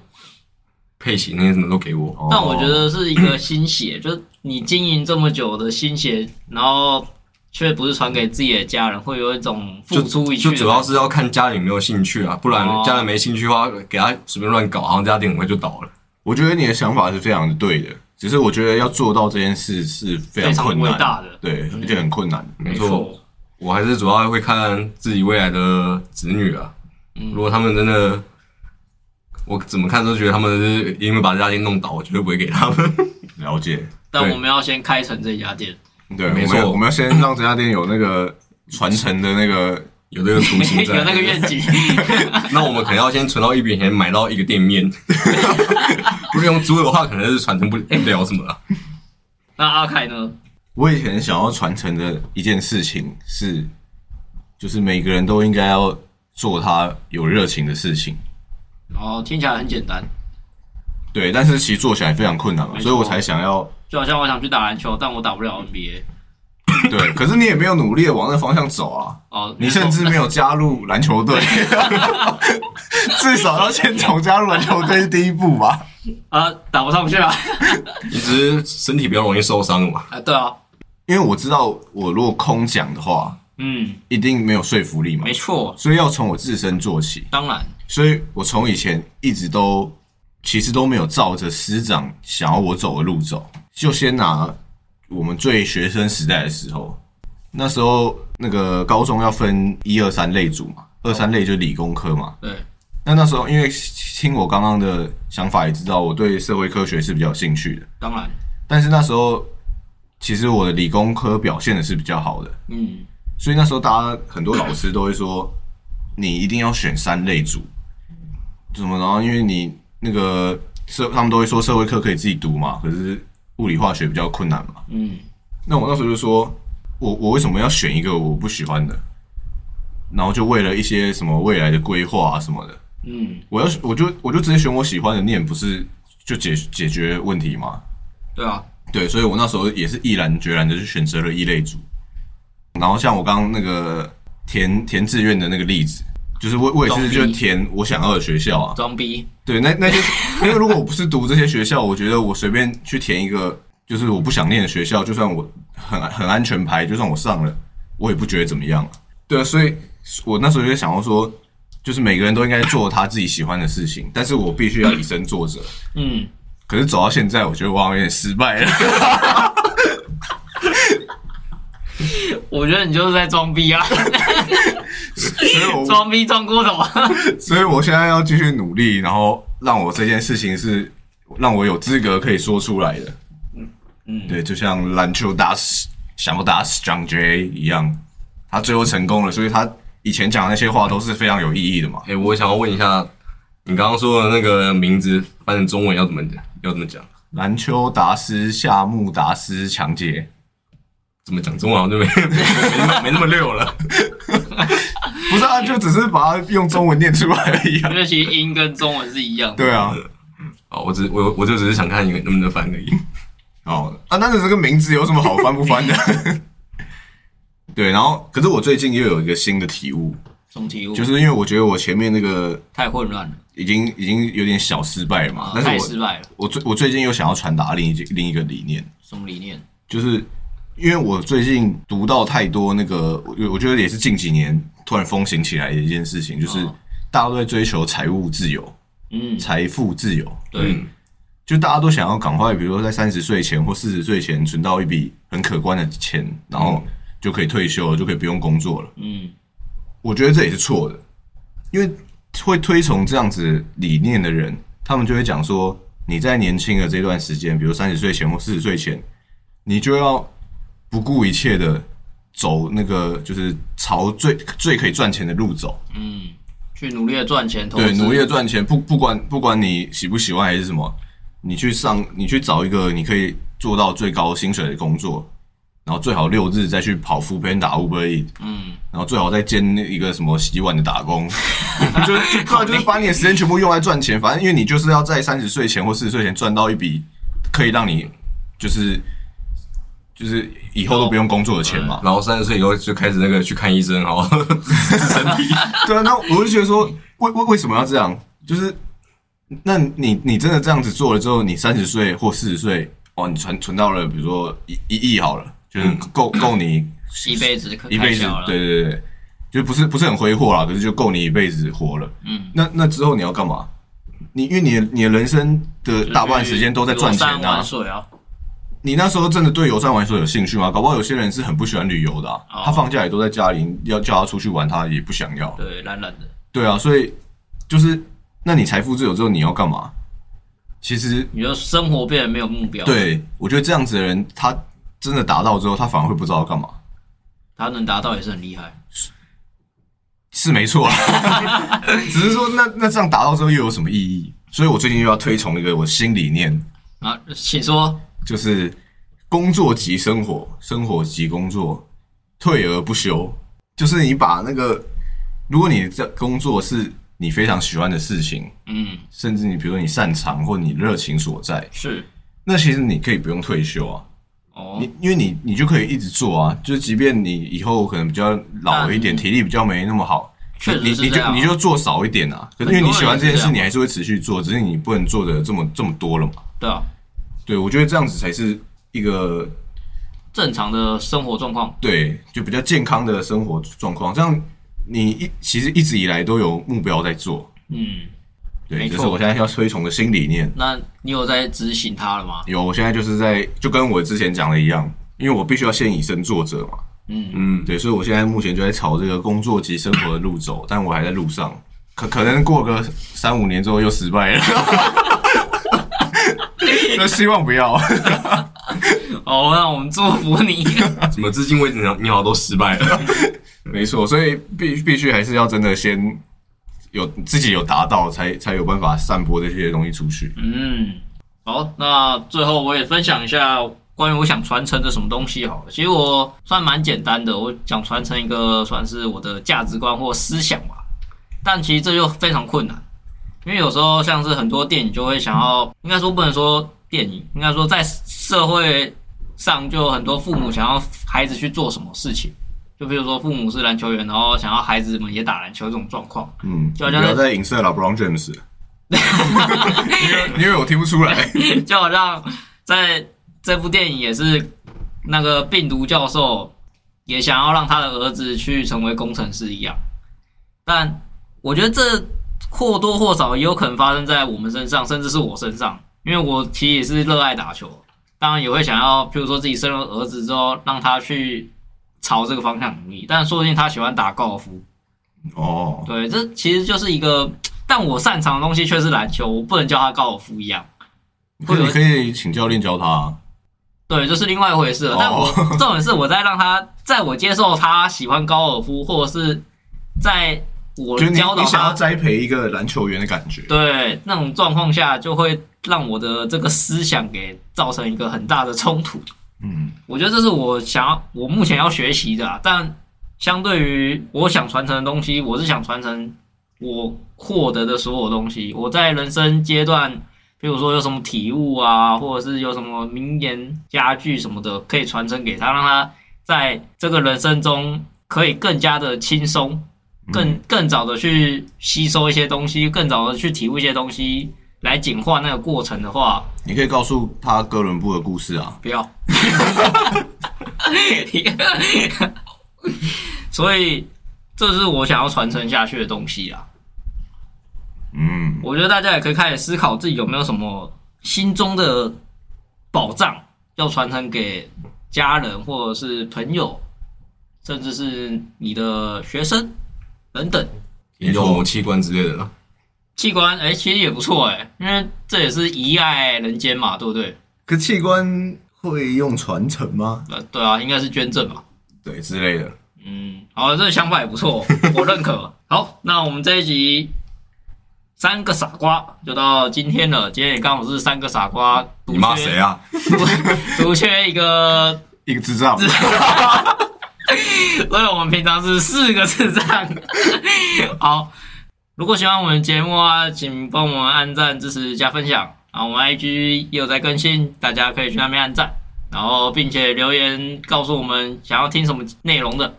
Speaker 2: 配息那些什么都给我。
Speaker 3: 哦
Speaker 1: 但我觉得是一
Speaker 3: 嗯
Speaker 1: 个心血，就是你经营这么久的心血，然后却不是传给自己的家人，会有一种付
Speaker 2: 就
Speaker 1: 出一去
Speaker 2: 就
Speaker 1: 的
Speaker 2: 主要是要看家里有没有兴趣啊，不然
Speaker 1: 哦
Speaker 2: 家人没兴趣的话，给他随便乱搞，然后这家店很快就倒了。
Speaker 3: 我觉得你的想法是非常对的，只是我觉得要做到这件事是
Speaker 1: 非
Speaker 3: 非常
Speaker 1: 常
Speaker 3: 困
Speaker 1: 伟
Speaker 3: 难
Speaker 1: 大的，嗯
Speaker 3: 对，而且很困难。嗯
Speaker 1: 没
Speaker 2: 没错，，我还是主要会看自己未来的子女啊。
Speaker 1: 嗯
Speaker 2: 如果他们真的，我怎么看都觉得他们是因为把这家店弄倒，我绝对不会给他们。
Speaker 3: 了解，
Speaker 1: 但
Speaker 2: 对
Speaker 1: 我们要先开成这家店，
Speaker 3: 对，
Speaker 2: 没
Speaker 3: 我
Speaker 2: 错
Speaker 3: 们要我们要先让这家店有那个传承的那个，
Speaker 2: 有这个雏形
Speaker 1: 有
Speaker 2: 在，
Speaker 1: 那个愿景，
Speaker 2: 那我们可能要先存到一笔钱，买到一个店面。 不是用租的话，可能是传承不不了什么了。
Speaker 1: 那阿凯呢？
Speaker 3: 我以前想要传承的一件事情是，就是每个人都应该要做他有热情的事情。
Speaker 1: 哦，听起来很简单，
Speaker 3: 对，但是其实做起来非常困难嘛，
Speaker 1: 没错
Speaker 3: 所以我才想要
Speaker 1: 就好像我想去打篮球，但我打不了 NBA。
Speaker 3: 对。 可是你也没有努力的往那方向走啊，
Speaker 1: 哦，
Speaker 3: 你
Speaker 1: 那时候
Speaker 3: 甚至没有加入篮 球队，至少要先从加入篮球队是第一步吧。
Speaker 1: 啊打不上去啊
Speaker 2: 你只是身体比较容易受伤嘛。
Speaker 1: 啊对啊，
Speaker 3: 因为我知道，我如果空讲的话，
Speaker 1: 嗯，
Speaker 3: 一定没有说服力嘛
Speaker 1: 没，错，
Speaker 3: 所以要从我自身做起。
Speaker 1: 当然
Speaker 3: 所以我从以前一直都其实都没有照着师长想要我走的路走，就先拿我们最学生时代的时候，那时候那个高中要分一二三类组嘛，二三类就是理工科嘛。
Speaker 1: 对，
Speaker 3: 那那时候因为听我刚刚的想法也知道，我对社会科学是比较有兴趣的，
Speaker 1: 当然，
Speaker 3: 但是那时候其实我的理工科表现的是比较好的，
Speaker 1: 嗯，
Speaker 3: 所以那时候大家很多老师都会说，你一定要选三类组，怎么？然后因为你那个社，他们都会说社会课可以自己读嘛，可是物理化学比较困难嘛。
Speaker 1: 嗯，
Speaker 3: 那我那时候就说，我我为什么要选一个我不喜欢的？然后就为了一些什么未来的规划啊什么的，
Speaker 1: 嗯，
Speaker 3: 我要我就我就直接选我喜欢的念，不是就解解决问题吗？
Speaker 1: 对啊，
Speaker 3: 对，所以我那时候也是毅然决然的就选择了一类组。然后像我刚刚那个填填志愿的那个例子，就是我我也
Speaker 1: 装
Speaker 3: 是
Speaker 1: 逼
Speaker 3: 就填我想要的学校啊。
Speaker 1: 装逼，
Speaker 3: 对，那那些因为如果我不是读这些学校，我觉得我随便去填一个就是我不想念的学校，就算我很很安全牌，就算我上了，我也不觉得怎么样啊。对啊，所以我那时候就想要说，就是每个人都应该做他自己喜欢的事情，但是我必须要以身作则。
Speaker 1: 嗯，
Speaker 3: 可是走到现在，我觉得我好像有点失败了。
Speaker 1: 我觉得你就是在装逼 啊，
Speaker 3: 所以我
Speaker 1: 装逼装过头啊，
Speaker 3: 所以我现在要继续努力，然后让我这件事情是让我有资格可以说出来的。
Speaker 1: 嗯
Speaker 3: 对，就像篮球打死想不打死 John J 一样，他最后成功了，所以他以前讲的那些话都是非常有意义的嘛。
Speaker 2: 哎、我想要问一下，你刚刚说的那个名字翻成中文要怎么讲？要怎么讲？
Speaker 3: 篮球达斯、夏目达斯、强杰，
Speaker 2: 怎么讲中文好像就没 没那么没那么溜了。
Speaker 3: 不是啊，就只是把它用中文念出来而 已、
Speaker 1: 因
Speaker 3: 啊。
Speaker 1: 为其实音跟中文是一样的，
Speaker 3: 对啊，
Speaker 2: 哦，我只我我就只是想看你能不能翻而已。
Speaker 3: 哦，啊，那这个名字有什么好翻不翻的？ 对，然后可是我最近又有一个新的体悟，
Speaker 1: 什么体悟？
Speaker 3: 就是因为我觉得我前面那个
Speaker 1: 太混乱了，
Speaker 3: 已经已经有点小失败了嘛
Speaker 1: 啊，太
Speaker 3: 但是
Speaker 1: 失败了，
Speaker 3: 我我最我最近又想要传达另一另一个理念，
Speaker 1: 什么理念？
Speaker 3: 就是因为我最近读到太多那个，我我觉得也是近几年突然风行起来的一件事情，就是
Speaker 1: 哦
Speaker 3: 大家都在追求财务自由、
Speaker 1: 嗯，
Speaker 3: 财富自由，
Speaker 1: 对，
Speaker 3: 就大家都想要赶快，比如说在三十岁前或四十岁前存到一笔很可观的钱，然后就可以退休了，就可以不用工作了。
Speaker 1: 嗯，
Speaker 3: 我觉得这也是错的，因为会推崇这样子理念的人，他们就会讲说，你在年轻的这段时间，比如三十岁前或四十岁前，你就要不顾一切的走那个就是朝最最可以赚钱的路走，
Speaker 1: 嗯，去努力的赚钱，投资
Speaker 3: 对，努力的赚钱，不不管不管你喜不喜欢还是什么，你去上你去找一个你可以做到最高薪水的工作，然后最好六日再去跑 f o o p a n d a Uber Eat，
Speaker 1: 嗯，
Speaker 3: 然后最好再兼一个什么洗碗的打工，就就突然就是把你的时间全部用来赚钱，反正因为你就是要在三十岁前或四十岁前赚到一笔可以让你就是就是以后都不用工作的钱嘛。
Speaker 2: 然后三十岁以后就开始那个去看医生，好 吧，
Speaker 3: 对啊，那我就觉得说，为为为什么要这样？就是，那你你真的这样子做了之后，你三十岁或四十岁，哦，你存存到了，比如说一一亿好了，就是够够你
Speaker 1: 一辈子可
Speaker 3: 一辈子
Speaker 1: 太小，了
Speaker 3: 对对对，就不是不是很挥霍啦，可是就够你一辈子活了。
Speaker 1: 嗯，
Speaker 3: 那那之后你要干嘛？你因为你的你的人生的大半时间都在赚钱
Speaker 1: 游山
Speaker 3: 啊
Speaker 1: 玩，水啊，
Speaker 3: 你那时候真的对游山玩水有兴趣吗？搞不好有些人是很不喜欢旅游的、啊，
Speaker 1: 哦
Speaker 3: 他放假也都在家里，要叫他出去玩，他也不想要。
Speaker 1: 对，懒懒的。
Speaker 3: 对啊，所以就是，那你财富自由之后你要干嘛？其实，
Speaker 1: 你就生活变得没有目标，，
Speaker 3: 对我觉得这样子的人，他真的达到之后，他反而会不知道要干嘛，
Speaker 1: 他能达到也是很厉害。
Speaker 3: 是没错啊。 只是说，那那这样达到之后又有什么意义？所以我最近又要推崇一个我新理念，
Speaker 1: 啊，请说，
Speaker 3: 就是工作即生活，生活即工作，退而不休。就是你把那个，如果你这工作是你非常喜欢的事情，
Speaker 1: 嗯，
Speaker 3: 甚至你比如说你擅长或你热情所在，
Speaker 1: 是，
Speaker 3: 那其实你可以不用退休啊，
Speaker 1: 哦，
Speaker 3: 你因为你你就可以一直做啊，就是即便你以后可能比较老一点，
Speaker 1: 但
Speaker 3: 体力比较没那么好，
Speaker 1: 确
Speaker 3: 你
Speaker 1: 实
Speaker 3: 你
Speaker 1: 是这
Speaker 3: 就
Speaker 1: 样啊
Speaker 3: 你就做少一点啊。可是因为你喜欢这件事，你还是会持续做，只是你不能做的这么这么多了嘛。
Speaker 1: 对啊，
Speaker 3: 对，我觉得这样子才是一个
Speaker 1: 正常的生活状况，
Speaker 3: 对就比较健康的生活状况。这样你一其实一直以来都有目标在做，
Speaker 1: 嗯，
Speaker 3: 对，
Speaker 1: 没
Speaker 3: 这
Speaker 1: 错
Speaker 3: 是我现在要推崇的新理念。
Speaker 1: 那你有在执行它了吗？
Speaker 3: 有，我现在就是在就跟我之前讲的一样，因为我必须要先以身作则嘛。
Speaker 1: 嗯，
Speaker 2: 嗯，
Speaker 3: 对，所以我现在目前就在朝这个工作及生活的路走，但我还在路上，可可能过个三五年之后又失败了。那希望不要。
Speaker 1: 哦，那我们祝福你，
Speaker 2: 怎么至今为止你好你好像都失败了？
Speaker 3: 没错，所以必必须还是要真的先有自己有达到，才才有办法散播这些东西出去。
Speaker 1: 嗯，好，那最后我也分享一下关于我想传承的什么东西好了。其实我算蛮简单的，我想传承一个算是我的价值观或思想吧，但其实这就非常困难，因为有时候像是很多电影就会想要，应该说不能说电影，应该说在社会上就有很多父母想要孩子去做什么事情。就比如说，父母是篮球员，然后想要孩子们也打篮球这种状况，
Speaker 3: 嗯，
Speaker 1: 啊就
Speaker 3: 不
Speaker 1: 好像
Speaker 3: 要再影射了 Brown James，因为因为我听不出来。
Speaker 1: 就好像在这部电影也是那个病毒教授也想要让他的儿子去成为工程师一样，但我觉得这或多或少也有可能发生在我们身上，甚至是我身上，因为我其实也是热爱打球，当然也会想要，譬如说自己生了儿子之后，让他去朝这个方向努力，但说不定他喜欢打高尔夫，
Speaker 3: 哦，
Speaker 1: 对，这其实就是一个，但我擅长的东西却是篮球，我不能叫他高尔夫一样。
Speaker 3: 可你可以请教练教他啊。
Speaker 1: 对，就是另外一回事了。但我、
Speaker 3: 哦
Speaker 1: 重点是我在让他，在我接受他喜欢高尔夫，或者是在我
Speaker 3: 就是你
Speaker 1: 教导
Speaker 3: 你想要
Speaker 1: 他
Speaker 3: 栽培一个篮球员的感觉。
Speaker 1: 对那种状况下，就会让我的这个思想给造成一个很大的冲突。
Speaker 3: 嗯，
Speaker 1: 我觉得这是我想要，我目前要学习的、啊。但相对于我想传承的东西，我是想传承我获得的所有东西。我在人生阶段，比如说有什么体悟啊，或者是有什么名言佳句什么的，可以传承给他，让他在这个人生中可以更加的轻松，更更早的去吸收一些东西，更早的去体悟一些东西，来简化那个过程的话，
Speaker 3: 你可以告诉他哥伦布的故事啊。
Speaker 1: 不要。 所以，这是我想要传承下去的东西啊。
Speaker 3: 嗯，
Speaker 1: 我觉得大家也可以开始思考自己有没有什么心中的宝藏要传承给家人或者是朋友，甚至是你的学生等等。
Speaker 2: 研究某器官之类的啦，
Speaker 1: 器官，哎、其实也不错哎、因为这也是遗爱人间嘛，对不对？
Speaker 3: 可器官
Speaker 4: 会用传承吗？
Speaker 1: 呃，对啊，应该是捐赠吧。
Speaker 3: 对之类的。
Speaker 1: 嗯，好，这个想法也不 错，我认可。好，那我们这一集三个傻瓜就到今天了。今天也刚好是三个傻瓜，独
Speaker 2: 你骂
Speaker 1: 缺
Speaker 2: 谁？啊？
Speaker 1: 独独缺一个
Speaker 3: 一个智障，
Speaker 1: 所以我们平常是四个智障。 好，如果喜欢我们的节目啊，请帮我们按赞、支持、加分享啊。我们 IG 也有在更新，大家可以去那边按赞，然后并且留言告诉我们想要听什么内容的。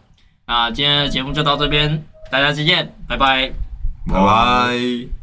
Speaker 1: 那今天的节目就到这边，大家再见，拜拜。
Speaker 2: 拜拜。